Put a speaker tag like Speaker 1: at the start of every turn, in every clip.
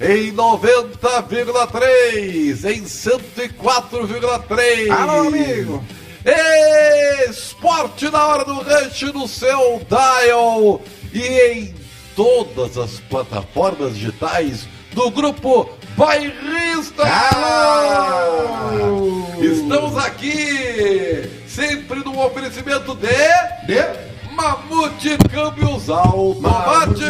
Speaker 1: em 90,3, em 104,3.
Speaker 2: Alô, amigo.
Speaker 1: Esporte na hora do rancho no seu dial e em todas as plataformas digitais do grupo Bairrista.
Speaker 2: Alô!
Speaker 1: Estamos aqui sempre no oferecimento de
Speaker 2: De...
Speaker 1: Mamute Câmbios Automáticos!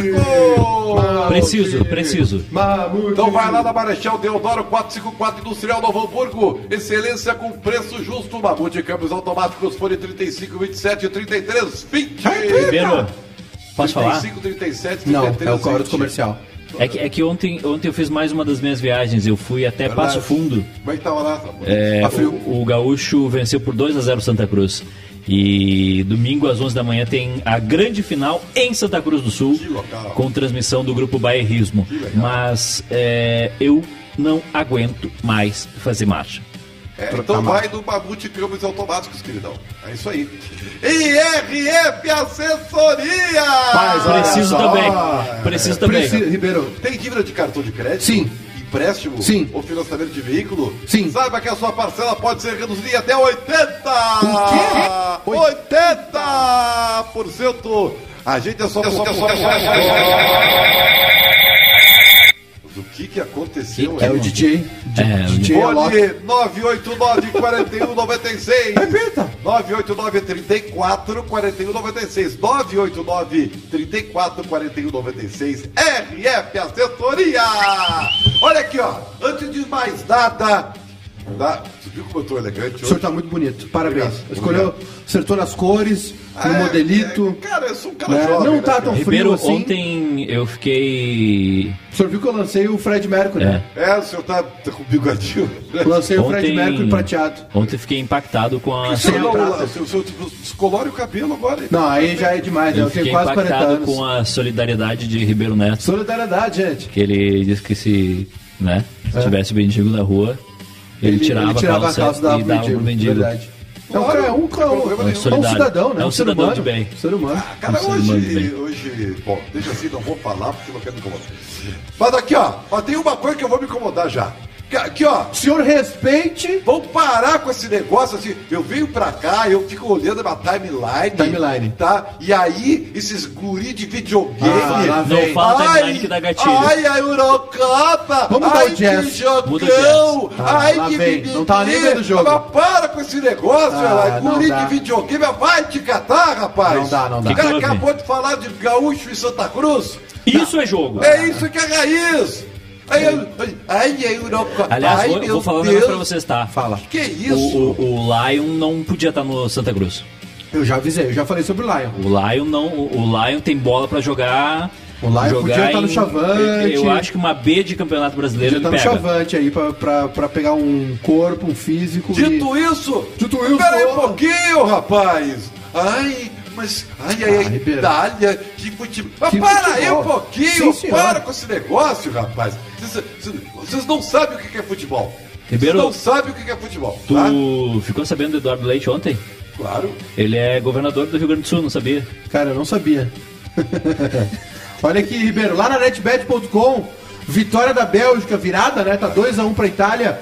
Speaker 3: Preciso, preciso.
Speaker 2: Mamute.
Speaker 1: Então vai lá na Marechal Deodoro 454 Industrial Novo Hamburgo. Excelência com preço justo. Mamute Câmbios Automáticos, fone 35, 27, 33, 20.
Speaker 3: Ribeiro, posso falar?
Speaker 1: 35, 37, 33,
Speaker 4: Não, é o código
Speaker 1: 20.
Speaker 4: comercial.
Speaker 3: É que, é que ontem, ontem eu fiz mais uma das minhas viagens. Eu fui até
Speaker 1: Verdade.
Speaker 3: Passo Fundo.
Speaker 1: Como é que tava lá? Samuel?
Speaker 3: É,
Speaker 1: Tá frio?
Speaker 3: o, o Gaúcho venceu por 2 a 0 Santa Cruz. E domingo às 11 da manhã tem a grande final em Santa Cruz do Sul,
Speaker 1: Que local.
Speaker 3: com transmissão do grupo Bairrismo.
Speaker 1: legal.
Speaker 3: Mas é, eu não aguento mais fazer marcha.
Speaker 1: É, então vai no Mamute Câmbios Automáticos, queridão. É isso aí. IRF Assessoria!
Speaker 4: Faz, olha
Speaker 3: Preciso
Speaker 4: só. É,
Speaker 3: também. Preciso também.
Speaker 4: Preci- Ribeiro,
Speaker 1: Tem dívida de cartão de crédito?
Speaker 4: Sim.
Speaker 1: Empréstimo?
Speaker 4: Sim.
Speaker 1: Ou financiamento de veículo?
Speaker 4: Sim.
Speaker 1: Saiba que a sua parcela pode ser reduzida em até 80!
Speaker 4: O
Speaker 1: 80%! A gente é só... É só, é só, é só, Do que que aconteceu?
Speaker 4: é o DJ.
Speaker 3: É,
Speaker 4: DJ Alok.
Speaker 1: Fone 989 41 96
Speaker 4: Repita.
Speaker 1: 989 34 41 96 989 34 41 96 RF Assessoria Olha aqui ó, antes de mais nada tá? Você viu como eu tô elegante
Speaker 4: O senhor
Speaker 1: hoje?
Speaker 4: tá muito bonito, parabéns.
Speaker 1: Obrigado,
Speaker 4: Escolheu, acertou nas cores, no um modelito.
Speaker 1: é, cara, eu sou um cara
Speaker 4: né?
Speaker 1: jovem
Speaker 4: Não
Speaker 1: né,
Speaker 4: tá
Speaker 1: cara?
Speaker 4: tão frio
Speaker 3: Ribeiro,
Speaker 4: assim.
Speaker 3: ontem eu fiquei.
Speaker 4: O senhor viu que eu lancei o Fred Mercury,
Speaker 3: É.
Speaker 4: né?
Speaker 1: É, o senhor tá tá com bigodinho né?
Speaker 4: Lancei o Fred
Speaker 3: Ontem,
Speaker 4: Mercury prateado.
Speaker 3: ontem fiquei impactado com a.
Speaker 1: O senhor não-
Speaker 4: prata.
Speaker 1: o senhor- o senhor descolore o cabelo agora
Speaker 4: tá Não, aí já é demais, né?
Speaker 3: Eu
Speaker 4: Eu tenho
Speaker 3: fiquei
Speaker 4: quase 40
Speaker 3: impactado
Speaker 4: anos. é
Speaker 3: com a solidariedade de Ribeiro Neto.
Speaker 4: Solidariedade, gente.
Speaker 3: que ele disse que se, né, se
Speaker 4: É.
Speaker 3: tivesse mendigo na rua, ele, tirava, a calça,
Speaker 4: dava
Speaker 3: e
Speaker 4: pro
Speaker 3: dava pro mendigo.
Speaker 4: verdade. É um,
Speaker 1: Claro,
Speaker 4: cara, é um,
Speaker 1: não tem
Speaker 4: é um-
Speaker 1: problema
Speaker 4: é um
Speaker 3: nenhum.
Speaker 4: cidadão, né?
Speaker 3: É um
Speaker 4: ser
Speaker 3: cidadão
Speaker 4: humano.
Speaker 3: de bem.
Speaker 4: Ser humano.
Speaker 1: Cara,
Speaker 3: Nossa, mano,
Speaker 1: hoje,
Speaker 3: bem.
Speaker 1: hoje. Bom, deixa assim, não vou falar porque não quero me incomodar. Mas aqui, ó, ó, tem uma coisa que eu vou me incomodar já. Que- Aqui, ó,
Speaker 4: O senhor respeite.
Speaker 1: vão parar com esse negócio assim. Eu venho pra cá, eu fico olhando na timeline.
Speaker 4: Timeline.
Speaker 1: Tá? E aí, esses guri de videogame.
Speaker 4: Ah, lá
Speaker 3: Não
Speaker 4: vem.
Speaker 3: fala timeline que dá gatilho.
Speaker 1: Ai, a Eurocopa!
Speaker 4: Vamos
Speaker 1: ai,
Speaker 4: dar o jazz.
Speaker 1: que
Speaker 3: Muda o jazz.
Speaker 1: jogão!
Speaker 4: Ah,
Speaker 1: ai,
Speaker 4: lá
Speaker 1: que
Speaker 4: vem.
Speaker 1: mimimi.
Speaker 4: Não tava nem vendo o jogo.
Speaker 1: Mas para com esse negócio,
Speaker 4: Ah,
Speaker 1: ah,
Speaker 4: não
Speaker 1: guri
Speaker 4: dá.
Speaker 1: de videogame. Vai te catar, rapaz!
Speaker 4: Não dá, não dá.
Speaker 1: O cara
Speaker 3: Que que houve?
Speaker 1: acabou de falar de gaúcho e Santa Cruz.
Speaker 3: Isso é jogo!
Speaker 1: É isso que é raiz! Ai, eu- ai, ai, Eurocopa!
Speaker 3: Aliás,
Speaker 1: ai,
Speaker 3: vou,
Speaker 1: meu
Speaker 3: vou falar um
Speaker 1: Deus.
Speaker 3: negócio pra vocês, tá?
Speaker 4: Fala.
Speaker 1: Que
Speaker 3: O,
Speaker 1: isso?
Speaker 3: o, o Lion não podia estar no Santa Cruz.
Speaker 4: Eu já avisei, eu já falei sobre o Lion.
Speaker 3: O Lion não. O, o Lion tem bola pra jogar.
Speaker 4: O Lion
Speaker 3: jogar
Speaker 4: podia estar no Chavante.
Speaker 3: Eu, eu acho que uma B de campeonato brasileiro
Speaker 4: Já
Speaker 3: ele
Speaker 4: tá no
Speaker 3: pega.
Speaker 4: chavante aí pra, pra, pra pegar um corpo, um físico.
Speaker 1: Dito isso,
Speaker 4: Dito isso,
Speaker 1: pera aí um
Speaker 4: ó.
Speaker 1: pouquinho, rapaz. Ai, mas ai, ai,
Speaker 4: Ah,
Speaker 1: ai,
Speaker 4: Ribeiro.
Speaker 1: Itália, que futebol. Mas
Speaker 4: Que
Speaker 1: para
Speaker 4: futebol.
Speaker 1: aí um pouquinho,
Speaker 4: Sim, senhora.
Speaker 1: para com esse negócio, rapaz. Vocês- Vocês vocês não sabem o que é futebol.
Speaker 3: Ribeiro,
Speaker 1: Vocês não sabem o que é futebol,
Speaker 3: Tu
Speaker 1: tá?
Speaker 3: ficou sabendo do Eduardo Leite ontem?
Speaker 1: Claro.
Speaker 3: Ele é governador do Rio Grande do Sul, não sabia?
Speaker 4: Cara, eu não sabia. Olha aqui, Ribeiro, lá na netbet.com, vitória da Bélgica, virada, né? Tá 2x1 pra Itália,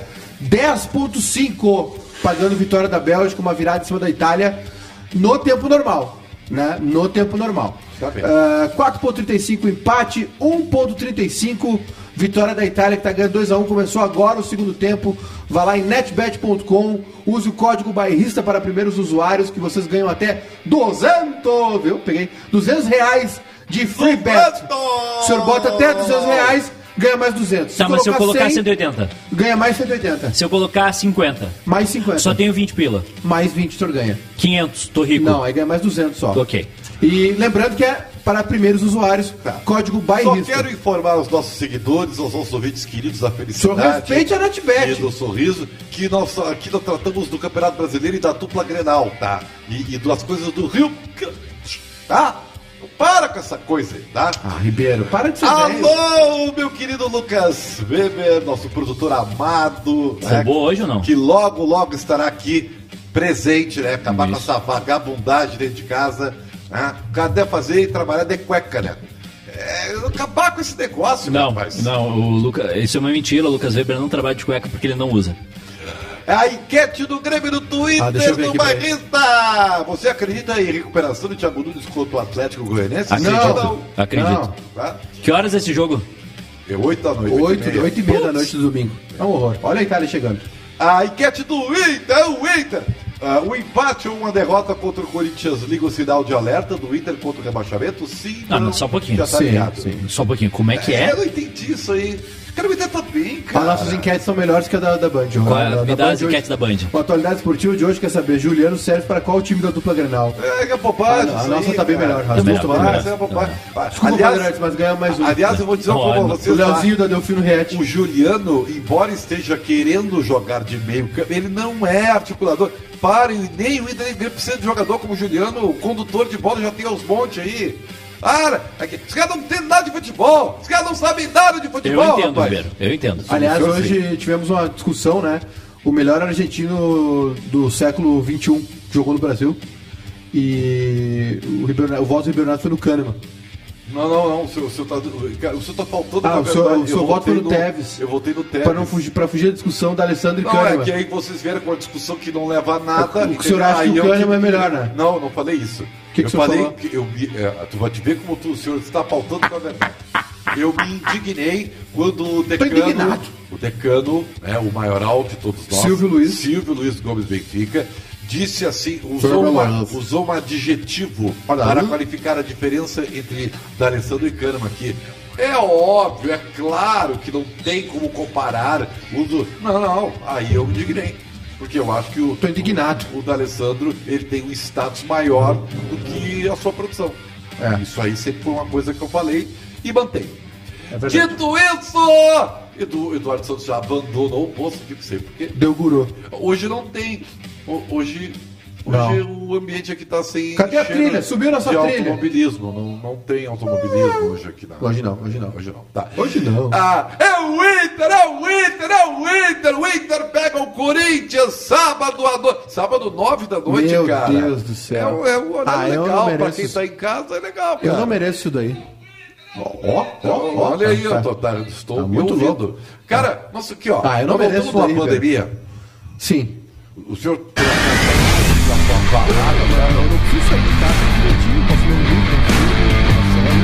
Speaker 4: 10.5, pagando vitória da Bélgica, uma virada em cima da Itália, no tempo normal, né? No tempo normal.
Speaker 1: Tá bem.
Speaker 4: Ah, 4.35 empate, 1.35 vitória da Itália que tá ganhando 2x1, começou agora o segundo tempo. Vá lá em netbet.com, use o código bairrista para primeiros usuários que vocês ganham até 200, viu? Peguei 200 reais de free bet.
Speaker 1: 200!
Speaker 4: O senhor bota até 200 reais, ganha mais 200.
Speaker 3: Tá, mas se eu colocar
Speaker 4: 100,
Speaker 3: 180,
Speaker 4: ganha mais 180.
Speaker 3: se eu colocar 50,
Speaker 4: Mais 50.
Speaker 3: só tenho 20 pila.
Speaker 4: Mais 20 o senhor ganha.
Speaker 3: 500, tô rico.
Speaker 4: Não, aí ganha mais 200 só.
Speaker 3: Ok.
Speaker 4: E lembrando que é para primeiros usuários,
Speaker 1: Tá.
Speaker 4: código
Speaker 1: Só é
Speaker 4: bairrista.
Speaker 1: quero informar aos nossos seguidores, aos nossos ouvintes queridos, a
Speaker 4: senhor né?
Speaker 1: felicidade.
Speaker 4: respeite a
Speaker 1: E
Speaker 4: NetBet.
Speaker 1: do sorriso, que nós aqui nós tratamos do Campeonato Brasileiro e da dupla Grenal, tá? E, e das coisas do Rio, Grande, tá? Não Para com essa coisa aí, tá?
Speaker 4: Ah, Ribeiro, para de ser velho.
Speaker 1: Alô, meu querido Lucas Weber, nosso produtor amado. né?
Speaker 3: Roubou é hoje ou não?
Speaker 1: Que logo, logo estará aqui presente, né? Acabar com essa vagabundagem dentro de casa. Né? O cara deve fazer e trabalhar de cueca, né? É, eu acabar com esse negócio,
Speaker 5: Não,
Speaker 1: rapaz.
Speaker 5: não, o Luca, isso é uma mentira. O Lucas Weber não trabalha de cueca porque ele não usa.
Speaker 1: É a enquete do Grêmio no
Speaker 4: Ah,
Speaker 1: Twitter
Speaker 4: deixa eu ver
Speaker 1: do
Speaker 4: aqui, peraí.
Speaker 1: Barrista. Você acredita em recuperação do Thiago Nunes contra o Atlético Goianiense?
Speaker 4: Ah,
Speaker 5: Acredito.
Speaker 1: Não, não.
Speaker 5: Acredito.
Speaker 4: Não.
Speaker 1: Tá?
Speaker 5: Que horas é esse jogo?
Speaker 1: É 8 da noite. oito e
Speaker 4: 8,
Speaker 1: meia.
Speaker 4: 8 e meia da
Speaker 1: Putz.
Speaker 4: noite do domingo. É um horror. Olha a Itália chegando.
Speaker 1: A enquete do Inter, é o Inter. Ah, o empate ou uma derrota contra o Corinthians liga o sinal de alerta do Inter contra o rebaixamento? Sim,
Speaker 5: Não, não, só um pouquinho.
Speaker 1: Já tá ligado.
Speaker 5: Só um pouquinho. Como é que é?
Speaker 1: Eu não entendi isso aí. Cara, o Inter tá bem,
Speaker 4: As
Speaker 1: cara.
Speaker 4: nossas enquetes são melhores que a da, da Band. João.
Speaker 5: Qual é?
Speaker 4: Da-
Speaker 5: Me dá
Speaker 4: Band
Speaker 5: as
Speaker 4: hoje-
Speaker 5: enquetes da Band.
Speaker 4: O Atualidade Esportiva de hoje quer saber, Juliano serve para qual time da dupla Grenal?
Speaker 1: É, que é bobagem.
Speaker 4: Ah, não, a
Speaker 1: isso
Speaker 4: nossa
Speaker 1: aí,
Speaker 4: tá bem
Speaker 1: cara.
Speaker 4: melhor,
Speaker 1: É
Speaker 4: Rafa.
Speaker 5: Melhor,
Speaker 1: bobagem,
Speaker 5: melhor.
Speaker 1: isso é bobagem.
Speaker 4: Desculpa, Bandeirantes,
Speaker 1: Aliás,
Speaker 4: mas ganha mais um.
Speaker 1: aliás, eu vou dizer uma
Speaker 5: Não,
Speaker 1: coisa pra
Speaker 5: não.
Speaker 1: vocês.
Speaker 4: o
Speaker 1: tá?
Speaker 4: Leozinho da Delfino Riet.
Speaker 1: O Juliano, embora esteja querendo jogar de meio campo, ele não é articulador. Parem, nem o Inter nem o Grêmio precisa de jogador como o Juliano, o condutor de bola já tem aos montes aí. Para! é que- Os caras não têm nada de futebol! Os caras não sabem nada de
Speaker 5: Eu
Speaker 1: futebol!
Speaker 5: entendo,
Speaker 1: rapaz.
Speaker 5: Ribeiro. Eu entendo.
Speaker 4: Aliás,
Speaker 1: senhor,
Speaker 4: hoje tivemos uma discussão, né? O melhor argentino do século XXI jogou no Brasil. E o, Ribeiro, o voto do Ribeiro Neto foi no Kahneman.
Speaker 1: Não, não, não, o senhor, o senhor, tá, cara, o senhor tá faltando
Speaker 4: Ah,
Speaker 1: com a
Speaker 4: o senhor-
Speaker 1: verdade.
Speaker 4: o senhor
Speaker 1: Eu
Speaker 4: vota
Speaker 1: votei
Speaker 4: no Tevez.
Speaker 1: Eu votei no Tevez.
Speaker 4: Para não fugir, para fugir da discussão da Alessandro e
Speaker 1: Não, é
Speaker 4: Kahneman.
Speaker 1: que aí vocês vieram com uma discussão que não leva a nada.
Speaker 4: O que o senhor acha
Speaker 1: Aí
Speaker 4: que o
Speaker 1: eu
Speaker 4: Kahneman é melhor, né?
Speaker 1: Não, não falei isso.
Speaker 4: que
Speaker 1: eu
Speaker 4: o senhor
Speaker 1: falei
Speaker 4: falou?
Speaker 1: que eu me- é, tu vai te ver como tu, o senhor está pautando com a verdade. Eu me indignei quando o decano,
Speaker 4: indignado.
Speaker 1: o decano, né, o maioral de todos nós,
Speaker 4: Silvio Luiz.
Speaker 1: Silvio Luiz Gomes Benfica, disse assim, usou,
Speaker 4: Fernando
Speaker 1: uma,
Speaker 4: Alonso.
Speaker 1: usou um adjetivo
Speaker 4: Olha
Speaker 1: para
Speaker 4: aí.
Speaker 1: qualificar a diferença entre D'Alessandro e Kahneman aqui. É óbvio, é claro que não tem como comparar o do... Não, não, aí eu me indignei. Porque eu acho que o,
Speaker 4: Tô indignado.
Speaker 1: o D'Alessandro ele tem um status maior do que a sua produção.
Speaker 4: É.
Speaker 1: Isso aí sempre foi uma coisa que eu falei e mantenho.
Speaker 4: É verdade.
Speaker 1: Dito isso, Edu, Eduardo Santos já abandonou o posto, digo sei porque
Speaker 4: Deu guru.
Speaker 1: hoje não tem. ho- Hoje,
Speaker 4: Não.
Speaker 1: hoje o ambiente aqui está sem.
Speaker 4: Cadê a
Speaker 1: cheiro
Speaker 4: trilha? Subiu nossa
Speaker 1: de
Speaker 4: trilha. Ah.
Speaker 1: automobilismo. Não, não tem automobilismo hoje aqui. Não.
Speaker 4: Hoje não, hoje não.
Speaker 1: Hoje não. Tá.
Speaker 4: Hoje não.
Speaker 1: Ah, é o Inter, é o Inter, é o Inter. O Inter pega o Corinthians sábado à noite. Sábado, nove da noite,
Speaker 4: Meu
Speaker 1: cara.
Speaker 4: Deus do céu.
Speaker 1: É, um- é um horário
Speaker 4: Ah, eu não
Speaker 1: legal. Pra
Speaker 4: mereço
Speaker 1: quem
Speaker 4: isso.
Speaker 1: tá em casa, é legal, cara.
Speaker 4: Eu não mereço isso daí.
Speaker 1: Ó, ó, ó, ó, olha aí, eu tô, tá, estou
Speaker 4: Tá
Speaker 1: me
Speaker 4: muito
Speaker 1: ouvindo.
Speaker 4: louco.
Speaker 1: Cara, nossa, aqui, ó.
Speaker 4: Ah, eu não
Speaker 1: nós
Speaker 4: mereço
Speaker 1: voltamos
Speaker 4: isso
Speaker 1: da
Speaker 4: aí,
Speaker 1: pandemia.
Speaker 4: Sim.
Speaker 1: O senhor. tem a sensação da sua parada, né?
Speaker 4: Eu não preciso sair de casa divertido, posso ver um livro, um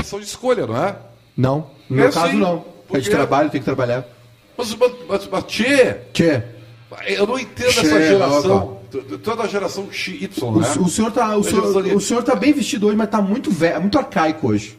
Speaker 1: um São de escolha, não é?
Speaker 4: Não, no meu
Speaker 1: Eu
Speaker 4: caso
Speaker 1: sim,
Speaker 4: não. É
Speaker 1: porque-
Speaker 4: de trabalho, tem que trabalhar.
Speaker 1: Mas, mas, mas, mas tchê,
Speaker 4: Tchê,
Speaker 1: eu não entendo essa
Speaker 4: Tchê,
Speaker 1: geração. Tu- tu- Tu é da geração XY,
Speaker 4: o,
Speaker 1: né?
Speaker 4: o senhor tá, o,
Speaker 1: Eu já
Speaker 4: senhor,
Speaker 1: sabia.
Speaker 4: o senhor tá bem vestido hoje, mas tá muito velho, muito arcaico hoje.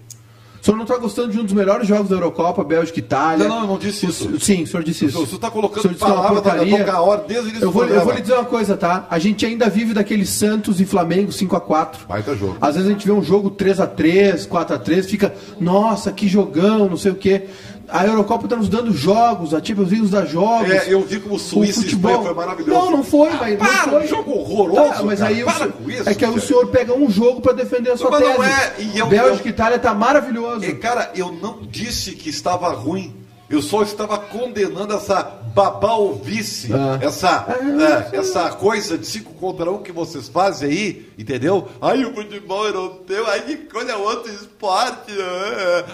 Speaker 4: O senhor não tá gostando de um dos melhores jogos da Eurocopa, Bélgica e Itália.
Speaker 1: Não, não, eu não disse
Speaker 4: O-
Speaker 1: isso.
Speaker 4: Sim, o senhor disse isso.
Speaker 1: O senhor tá colocando
Speaker 4: O senhor disse que é uma
Speaker 1: palavra na
Speaker 4: porcaria.
Speaker 1: boca a hora desde o início
Speaker 4: eu vou,
Speaker 1: do
Speaker 4: eu vou
Speaker 1: programa.
Speaker 4: lhe dizer uma coisa, tá? A gente ainda vive daquele Santos e Flamengo 5x4.
Speaker 1: Baita jogo.
Speaker 4: Às vezes a gente vê um jogo 3x3, 4x3, fica, nossa, que jogão, não sei o quê. A Eurocopa tá nos dando jogos, a Champions League nos dá jogos.
Speaker 1: É, eu vi como Suíça
Speaker 4: O
Speaker 1: e Espanha foi maravilhoso.
Speaker 4: Não, não foi, mas não
Speaker 1: para,
Speaker 4: foi. Ah,
Speaker 1: um jogo horroroso,
Speaker 4: mas
Speaker 1: cara,
Speaker 4: aí o
Speaker 1: para
Speaker 4: senhor-
Speaker 1: com isso,
Speaker 4: é que
Speaker 1: cara.
Speaker 4: aí o senhor pega um jogo pra defender a sua
Speaker 1: Mas
Speaker 4: tese.
Speaker 1: não é, e eu-
Speaker 4: Bélgica
Speaker 1: eu-
Speaker 4: e Itália tá maravilhoso.
Speaker 1: E, cara, eu não disse que estava ruim. Eu só estava condenando essa babalvice,
Speaker 4: Ah.
Speaker 1: essa,
Speaker 4: Ah,
Speaker 1: é, essa coisa de cinco contra um que vocês fazem aí, entendeu? Aí o futebol europeu, aí que coisa é outro esporte.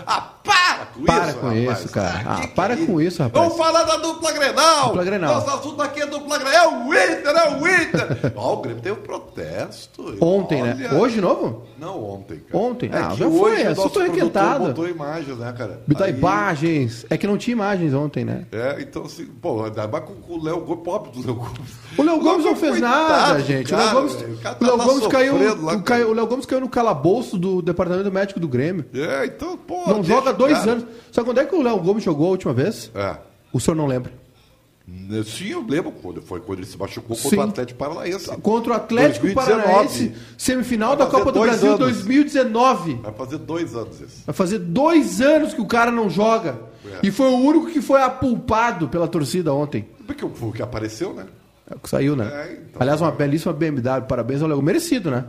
Speaker 1: ah, Ah, para com
Speaker 4: Para
Speaker 1: isso,
Speaker 4: com
Speaker 1: rapaz.
Speaker 4: isso, cara. Ah,
Speaker 1: que
Speaker 4: para
Speaker 1: que é
Speaker 4: com isso, rapaz.
Speaker 1: Vamos falar da dupla Grenal.
Speaker 4: Dupla Grenal.
Speaker 1: Nosso assunto aqui é dupla Grenal. É o Inter, é o Inter. Ó, o Grêmio teve um protesto.
Speaker 4: Ontem, né?
Speaker 1: Olha.
Speaker 4: Hoje de novo?
Speaker 1: Não ontem, cara.
Speaker 4: Ontem?
Speaker 1: É
Speaker 4: Ah,
Speaker 1: que
Speaker 4: já
Speaker 1: hoje
Speaker 4: foi,
Speaker 1: o
Speaker 4: é
Speaker 1: nosso
Speaker 4: super
Speaker 1: produtor
Speaker 4: requentado.
Speaker 1: botou imagens, né, cara?
Speaker 4: Me dá
Speaker 1: Aí-
Speaker 4: imagens. É que não tinha imagens ontem, né?
Speaker 1: É, então assim, pô, ainda mais com o Léo Gomes, pobre do Léo Gomes.
Speaker 4: O Léo Gomes não fez
Speaker 1: coitado,
Speaker 4: nada, gente.
Speaker 1: cara,
Speaker 4: o Léo Gomes,
Speaker 1: velho, o cara
Speaker 4: o Léo
Speaker 1: tá
Speaker 4: Gomes
Speaker 1: sofrendo
Speaker 4: caiu,
Speaker 1: lá,
Speaker 4: o caiu- o Léo Gomes caiu no calabouço do departamento médico do Grêmio.
Speaker 1: É, então, pô.
Speaker 4: não
Speaker 1: deixa,
Speaker 4: joga dois
Speaker 1: cara.
Speaker 4: anos. Sabe quando é que o Léo Gomes jogou a última vez?
Speaker 1: É.
Speaker 4: O senhor não lembra.
Speaker 1: Né, Sim, eu lembro quando foi quando ele se machucou contra
Speaker 4: Sim.
Speaker 1: o Atlético Paranaense.
Speaker 4: Contra o Atlético
Speaker 1: 2019.
Speaker 4: Paranaense, semifinal
Speaker 1: Vai
Speaker 4: da
Speaker 1: fazer
Speaker 4: Copa do
Speaker 1: dois
Speaker 4: Brasil
Speaker 1: anos.
Speaker 4: 2019.
Speaker 1: Vai fazer dois anos isso.
Speaker 4: Vai fazer dois anos que o cara não joga.
Speaker 1: É.
Speaker 4: E foi o único que foi apulpado pela torcida ontem.
Speaker 1: Porque o o que apareceu, né?
Speaker 4: É o que saiu, né?
Speaker 1: É, então.
Speaker 4: Aliás, uma belíssima BMW. Parabéns ao Léo. Merecido, né?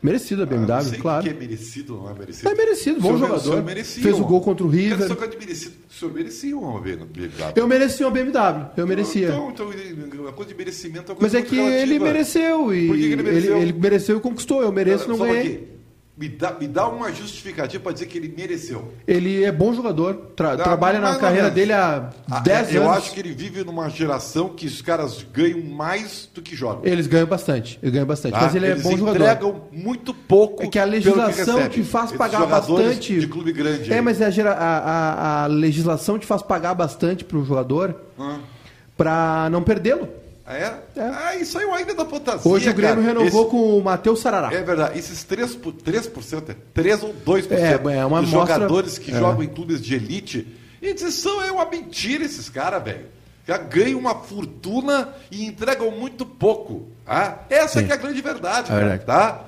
Speaker 4: Merecido a BMW,
Speaker 1: Não sei
Speaker 4: claro.
Speaker 1: que é merecido ou não é merecido.
Speaker 4: É merecido,
Speaker 1: O
Speaker 4: bom
Speaker 1: senhor- o
Speaker 4: jogador.
Speaker 1: senhor merecia
Speaker 4: Fez o
Speaker 1: uma.
Speaker 4: gol contra o River.
Speaker 1: Quero saber de merecido. O senhor merecia uma vez no BMW.
Speaker 4: Eu merecia uma BMW, eu merecia.
Speaker 1: Então, então, a coisa de merecimento é uma
Speaker 4: Mas
Speaker 1: coisa
Speaker 4: é
Speaker 1: muito
Speaker 4: que
Speaker 1: relativa.
Speaker 4: ele mereceu e
Speaker 1: Por que que ele mereceu?
Speaker 4: Ele, ele mereceu e conquistou. Eu mereço,
Speaker 1: Cara,
Speaker 4: não
Speaker 1: só um
Speaker 4: ganhei.
Speaker 1: pouquinho. Me dá, me dá uma justificativa para dizer que ele mereceu.
Speaker 4: Ele é bom jogador, tra-
Speaker 1: Dá
Speaker 4: trabalha na
Speaker 1: mais ou
Speaker 4: carreira
Speaker 1: menos.
Speaker 4: dele há
Speaker 1: Ah,
Speaker 4: 10
Speaker 1: eu
Speaker 4: anos.
Speaker 1: acho que ele vive numa geração que os caras ganham mais do que jogam.
Speaker 4: Eles ganham bastante, eles ganham bastante.
Speaker 1: tá?
Speaker 4: Mas ele é
Speaker 1: Eles
Speaker 4: bom jogador.
Speaker 1: entregam muito pouco.
Speaker 4: É que a
Speaker 1: pelo
Speaker 4: legislação
Speaker 1: recebem.
Speaker 4: te faz
Speaker 1: Esses
Speaker 4: pagar
Speaker 1: jogadores
Speaker 4: bastante.
Speaker 1: De clube grande.
Speaker 4: É,
Speaker 1: aí.
Speaker 4: mas a, gera- a- a- a legislação te faz pagar bastante pro jogador
Speaker 1: Hã?
Speaker 4: pra não perdê-lo.
Speaker 1: Ah, é? Ah, isso aí ainda da fantasia.
Speaker 4: Hoje o Grêmio
Speaker 1: é, cara.
Speaker 4: renovou
Speaker 1: Esse-
Speaker 4: com o Matheus Sarará.
Speaker 1: É verdade, esses 3%, por- 3% é 3 ou 2%
Speaker 4: É, é uma
Speaker 1: dos
Speaker 4: amostra-
Speaker 1: jogadores que
Speaker 4: é.
Speaker 1: jogam em clubes de elite, eles são é uma mentira esses caras, velho. Já ganham uma fortuna e entregam muito pouco. Tá? Essa que é a grande verdade, cara,
Speaker 4: verdade.
Speaker 1: tá?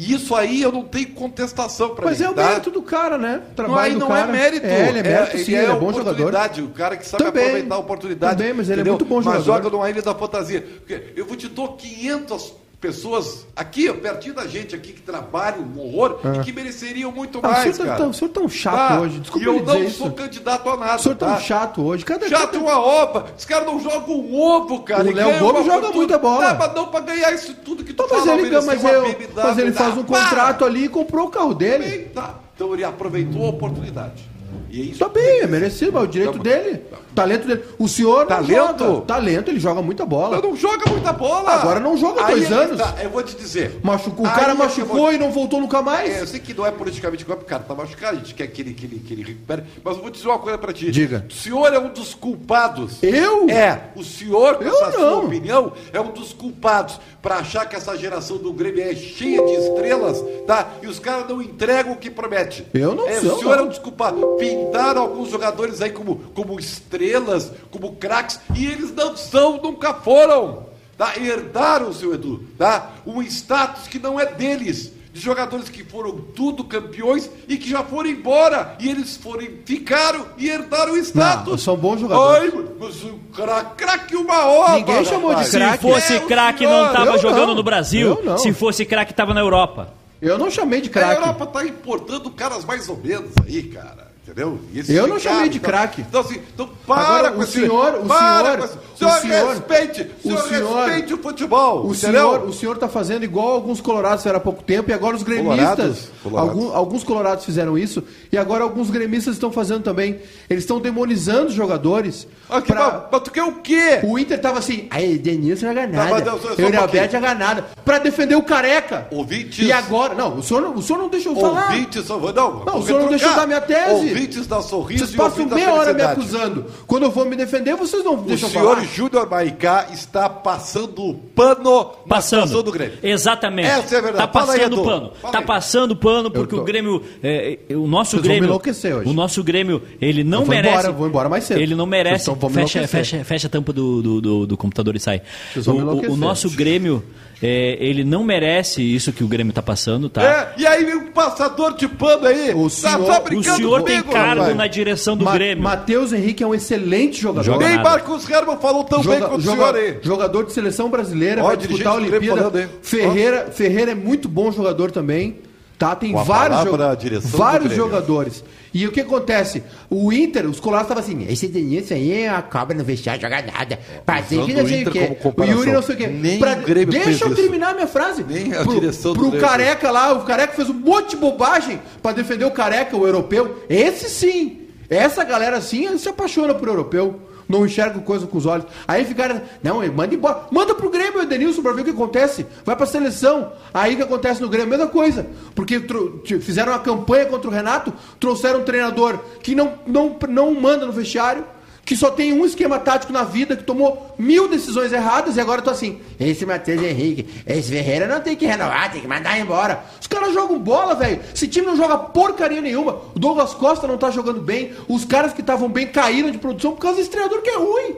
Speaker 1: E isso aí eu não tenho contestação pra
Speaker 4: Mas
Speaker 1: mim,
Speaker 4: é o
Speaker 1: tá?
Speaker 4: mérito do cara, né? O
Speaker 1: Não, aí
Speaker 4: do
Speaker 1: não
Speaker 4: cara.
Speaker 1: é mérito.
Speaker 4: É, ele é mérito, sim, ele é, bom jogador.
Speaker 1: oportunidade, O cara que sabe
Speaker 4: Também.
Speaker 1: aproveitar a oportunidade.
Speaker 4: Também, mas ele é muito bom
Speaker 1: Mas
Speaker 4: jogador.
Speaker 1: joga numa ilha da fantasia. Porque eu vou te dou 500 pessoas aqui, ó, pertinho da gente aqui, que trabalham um horror e que mereceriam muito
Speaker 4: É. Ah, o,
Speaker 1: mais,
Speaker 4: senhor tá,
Speaker 1: cara.
Speaker 4: tá- o senhor tá um chato
Speaker 1: Tá?
Speaker 4: hoje. Desculpa
Speaker 1: E eu
Speaker 4: lhe dizer
Speaker 1: não
Speaker 4: isso.
Speaker 1: sou candidato a nada.
Speaker 4: O senhor tá um
Speaker 1: tá?
Speaker 4: chato hoje. Cada,
Speaker 1: Chato é
Speaker 4: cada-
Speaker 1: uma opa. Os caras não jogam um ovo, cara.
Speaker 4: O
Speaker 1: e
Speaker 4: Léo
Speaker 1: ganham
Speaker 4: Gomes
Speaker 1: uma
Speaker 4: joga
Speaker 1: fortuna.
Speaker 4: muita bola.
Speaker 1: Não, mas não pra ganhar isso tudo que tu
Speaker 4: Mas
Speaker 1: fala,
Speaker 4: ele, ganha- mas,
Speaker 1: merecer uma
Speaker 4: eu-
Speaker 1: BMW,
Speaker 4: mas ele
Speaker 1: tá?
Speaker 4: faz um
Speaker 1: Para!
Speaker 4: contrato ali e comprou o carro dele.
Speaker 1: Bem, tá. Então ele aproveitou a oportunidade. E é isso
Speaker 4: Tá
Speaker 1: que
Speaker 4: bem,
Speaker 1: tem
Speaker 4: é
Speaker 1: que ser.
Speaker 4: merecido, mas é o direito
Speaker 1: Tá bom.
Speaker 4: dele. O talento dele. O senhor. não
Speaker 1: Talento?
Speaker 4: joga. Talento, ele joga muita
Speaker 1: Mas
Speaker 4: bola.
Speaker 1: não joga muita bola.
Speaker 4: Tá Agora não joga há
Speaker 1: Aí
Speaker 4: dois
Speaker 1: é que
Speaker 4: anos.
Speaker 1: tá, eu vou te dizer.
Speaker 4: Machucou, o
Speaker 1: Aí
Speaker 4: cara
Speaker 1: é que eu
Speaker 4: machucou
Speaker 1: vou-
Speaker 4: e não voltou nunca
Speaker 1: É, eu
Speaker 4: mais.
Speaker 1: sei que não é politicamente correto, porque o cara tá machucado, a gente quer que ele, que ele, que ele recupere. Mas eu vou te dizer uma coisa pra ti.
Speaker 4: Diga.
Speaker 1: O senhor é um dos culpados.
Speaker 4: Eu?
Speaker 1: É, o senhor, com
Speaker 4: Eu
Speaker 1: essa sua
Speaker 4: não.
Speaker 1: opinião, é um dos culpados pra achar que essa geração do Grêmio é cheia de estrelas, tá? E os caras não entregam o que promete.
Speaker 4: Eu não
Speaker 1: é,
Speaker 4: sou,
Speaker 1: O senhor
Speaker 4: não.
Speaker 1: é um dos culpados. Pintaram alguns jogadores aí como, como estrelas, como craques, e eles não são, nunca foram. Tá? Herdaram, seu Edu, tá? um status que não é deles. De jogadores que foram tudo campeões e que já foram embora. E eles foram, ficaram e herdaram o status.
Speaker 4: são bons jogadores.
Speaker 1: Ai, mas o cra- craque é uma obra.
Speaker 4: Ninguém chamou de
Speaker 1: rapaz.
Speaker 4: craque.
Speaker 1: É
Speaker 4: Craque.
Speaker 3: Se fosse
Speaker 1: o
Speaker 3: craque,
Speaker 1: senhor.
Speaker 3: não tava
Speaker 4: eu
Speaker 3: jogando
Speaker 4: não.
Speaker 3: no Brasil.
Speaker 4: Eu não.
Speaker 3: Se fosse craque, tava na Europa.
Speaker 4: Eu não chamei de
Speaker 1: A
Speaker 4: craque.
Speaker 1: Europa tá importando caras mais ou menos aí, cara. Entendeu? E esses
Speaker 4: Eu não
Speaker 1: ficaram,
Speaker 4: chamei de
Speaker 1: então-
Speaker 4: craque.
Speaker 1: Então, assim, então para
Speaker 4: Agora,
Speaker 1: com
Speaker 4: o
Speaker 1: esse-
Speaker 4: senhor- o
Speaker 1: para
Speaker 4: senhor-
Speaker 1: com esse-
Speaker 4: o
Speaker 1: senhor,
Speaker 4: senhor-
Speaker 1: respeite,
Speaker 4: o
Speaker 1: senhor,
Speaker 4: senhor-
Speaker 1: respeite o futebol.
Speaker 4: O
Speaker 1: entendeu?
Speaker 4: senhor, o senhor tá fazendo igual alguns colorados fizeram há pouco tempo e agora os gremistas.
Speaker 1: Colorados? Colorados.
Speaker 4: algum- alguns colorados fizeram isso e agora alguns gremistas estão fazendo também. Eles estão demonizando os jogadores.
Speaker 1: Ah, que
Speaker 4: pra-
Speaker 1: mal- Mas tu quer o quê?
Speaker 4: O Inter tava assim, aí, Denilson joga nada.
Speaker 1: mas eu- só- só um
Speaker 4: Yuri
Speaker 1: pouquinho.
Speaker 4: Alberto joga nada. Pra defender o careca.
Speaker 1: Ouvintes.
Speaker 4: E agora? Não, o senhor não, o senhor não deixa eu falar.
Speaker 1: Ouvintes, só vou- não,
Speaker 4: Não,
Speaker 1: vou
Speaker 4: o senhor
Speaker 1: retrucar.
Speaker 4: não deixou eu dar minha tese.
Speaker 1: Ouvintes da sorriso
Speaker 4: Vocês
Speaker 1: e
Speaker 4: passam
Speaker 1: ouvintes da
Speaker 4: meia hora me
Speaker 1: felicidade.
Speaker 4: acusando. Quando eu vou me defender, vocês não
Speaker 1: O
Speaker 4: deixam eu
Speaker 1: senhor
Speaker 4: falar.
Speaker 1: Júnior Maicá está passando o pano na situação
Speaker 3: Passando.
Speaker 1: do Grêmio.
Speaker 3: Exatamente.
Speaker 1: Essa é a verdade.
Speaker 3: Tá
Speaker 1: Fala aí,
Speaker 3: passando
Speaker 1: Edu.
Speaker 3: pano.
Speaker 1: Fala
Speaker 3: tá
Speaker 1: aí.
Speaker 3: passando pano porque
Speaker 4: tô.
Speaker 3: o Grêmio. é, é, o nosso
Speaker 4: Vocês vão
Speaker 3: Grêmio.
Speaker 4: me enlouquecer hoje.
Speaker 3: O nosso Grêmio, ele não
Speaker 4: Eu vou
Speaker 3: merece.
Speaker 4: embora, eu vou embora mais cedo.
Speaker 3: Ele não
Speaker 4: Vocês
Speaker 3: merece.
Speaker 4: tão- vão me
Speaker 3: Fecha,
Speaker 4: enlouquecer.
Speaker 3: fecha, fecha a tampa do, do, do- do computador e sai.
Speaker 4: Vocês
Speaker 3: O,
Speaker 4: vão me
Speaker 3: o-
Speaker 4: enlouquecer.
Speaker 3: o nosso Grêmio, é, ele não merece isso que o Grêmio tá passando, tá?
Speaker 1: É, e aí vem um passador de pano aí.
Speaker 4: O senhor-
Speaker 1: tá
Speaker 3: O
Speaker 1: brincando
Speaker 3: senhor tem
Speaker 1: comigo,
Speaker 3: cargo
Speaker 1: rapaz.
Speaker 3: na direção do
Speaker 4: Ma-
Speaker 3: Grêmio.
Speaker 4: Matheus Henrique é um excelente jogador.
Speaker 3: Joga
Speaker 1: Nem
Speaker 3: nada.
Speaker 1: Marcos Herman falou tão
Speaker 4: Joga-
Speaker 1: bem quanto
Speaker 4: joga-
Speaker 1: o senhor aí.
Speaker 4: Jogador de seleção brasileira,
Speaker 1: Ó,
Speaker 4: vai
Speaker 1: dirigente
Speaker 4: disputar a
Speaker 1: do Grêmio falando
Speaker 4: Olimpíada.
Speaker 1: aí. Ó.
Speaker 4: Ferreira, Ferreira é muito bom jogador também. Tá, tem
Speaker 1: Com a
Speaker 4: vários,
Speaker 1: palavra,
Speaker 4: joga-
Speaker 1: a direção do
Speaker 4: vários
Speaker 1: Grêmio.
Speaker 4: jogadores. E o que acontece? O Inter, os colares estavam assim, esse Denilson aí é uma cobra no vestiário, joga nada. Pazinho que
Speaker 1: Usando
Speaker 4: não
Speaker 1: o
Speaker 4: sei o
Speaker 1: Inter
Speaker 4: quê.
Speaker 1: como
Speaker 4: O
Speaker 1: comparação.
Speaker 4: Yuri não sei o quê.
Speaker 1: Nem o Grêmio fez
Speaker 4: deixa eu
Speaker 1: isso.
Speaker 4: terminar a minha frase.
Speaker 1: Nem a
Speaker 4: pro,
Speaker 1: direção do
Speaker 4: pro
Speaker 1: Grêmio.
Speaker 4: careca lá, o careca fez um monte de bobagem pra defender o careca, o europeu. Esse sim. Essa galera sim se apaixona por europeu. Não enxerga coisa com os olhos. Aí ficaram. Não, manda embora. Manda pro Grêmio, Edenilson, pra ver o que acontece. Vai pra seleção. Aí o que acontece no Grêmio? Mesma coisa. Porque tro- te- fizeram uma campanha contra o Renato, trouxeram um treinador que não, não, não manda no vestiário que só tem um esquema tático na vida, que tomou mil decisões erradas e agora eu tô assim. Esse Matheus Henrique, esse Ferreira não tem que renovar, tem que mandar embora. Os caras jogam bola, velho. Esse time não joga porcaria nenhuma. O Douglas Costa não tá jogando bem. Os caras que estavam bem caíram de produção por causa desse treinador que é ruim.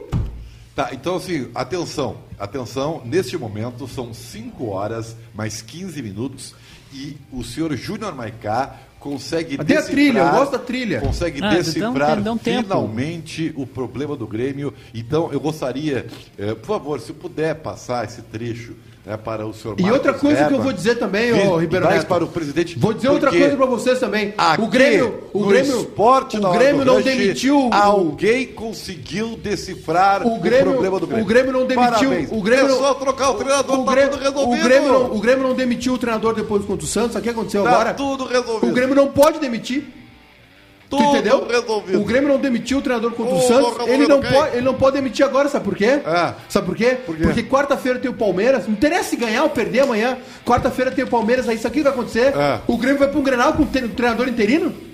Speaker 1: Tá, então assim, atenção, atenção, neste momento são 5 horas mais 15 minutos e o senhor Júnior Maicá consegue
Speaker 4: Cadê a trilha? Eu gosto da trilha.
Speaker 1: Consegue
Speaker 3: Ah, dá um-
Speaker 1: decifrar
Speaker 3: dá um tempo.
Speaker 1: finalmente o problema do Grêmio. Então, eu gostaria, eh, por favor, se puder passar esse trecho né, para o senhor
Speaker 4: E
Speaker 1: Marcos
Speaker 4: outra coisa que eu
Speaker 1: Weber.
Speaker 4: vou dizer também,
Speaker 1: Vi-
Speaker 4: ô Ribeiro
Speaker 1: traz
Speaker 4: Neto.
Speaker 1: para o presidente.
Speaker 4: Vou dizer outra
Speaker 1: porque
Speaker 4: coisa pra vocês também.
Speaker 1: Aqui,
Speaker 4: o Grêmio, o
Speaker 1: no
Speaker 4: Grêmio,
Speaker 1: esporte
Speaker 4: o
Speaker 1: da
Speaker 4: Grêmio
Speaker 1: Hora do
Speaker 4: não
Speaker 1: Lanche,
Speaker 4: demitiu o-
Speaker 1: Alguém conseguiu decifrar
Speaker 4: O Grêmio,
Speaker 1: problema do Grêmio.
Speaker 4: o Grêmio não demitiu.
Speaker 1: Parabéns.
Speaker 4: O Grêmio
Speaker 1: é
Speaker 4: não-
Speaker 1: só trocar o treinador,
Speaker 4: o
Speaker 1: tá
Speaker 4: Grêmio,
Speaker 1: tudo resolvido.
Speaker 4: O Grêmio, não, o Grêmio não demitiu o treinador depois contra o Santos. Sabe O que aconteceu
Speaker 1: Tá
Speaker 4: agora?
Speaker 1: tudo resolvido.
Speaker 4: O Grêmio não pode demitir. Tu
Speaker 1: Tudo
Speaker 4: entendeu?
Speaker 1: resolvido.
Speaker 4: O Grêmio não demitiu o treinador contra o
Speaker 1: Ô,
Speaker 4: Santos.
Speaker 1: Romulo,
Speaker 4: Ele não,
Speaker 1: ok.
Speaker 4: pode, ele não pode demitir agora, sabe por quê?
Speaker 1: Ah.
Speaker 4: Sabe por quê?
Speaker 1: Por quê?
Speaker 4: Porque quarta-feira tem o Palmeiras. Não interessa se ganhar ou perder amanhã. Quarta-feira tem o Palmeiras. Aí isso aqui vai acontecer.
Speaker 1: Ah.
Speaker 4: O Grêmio vai pra um Grenal com um tre- um treinador interino?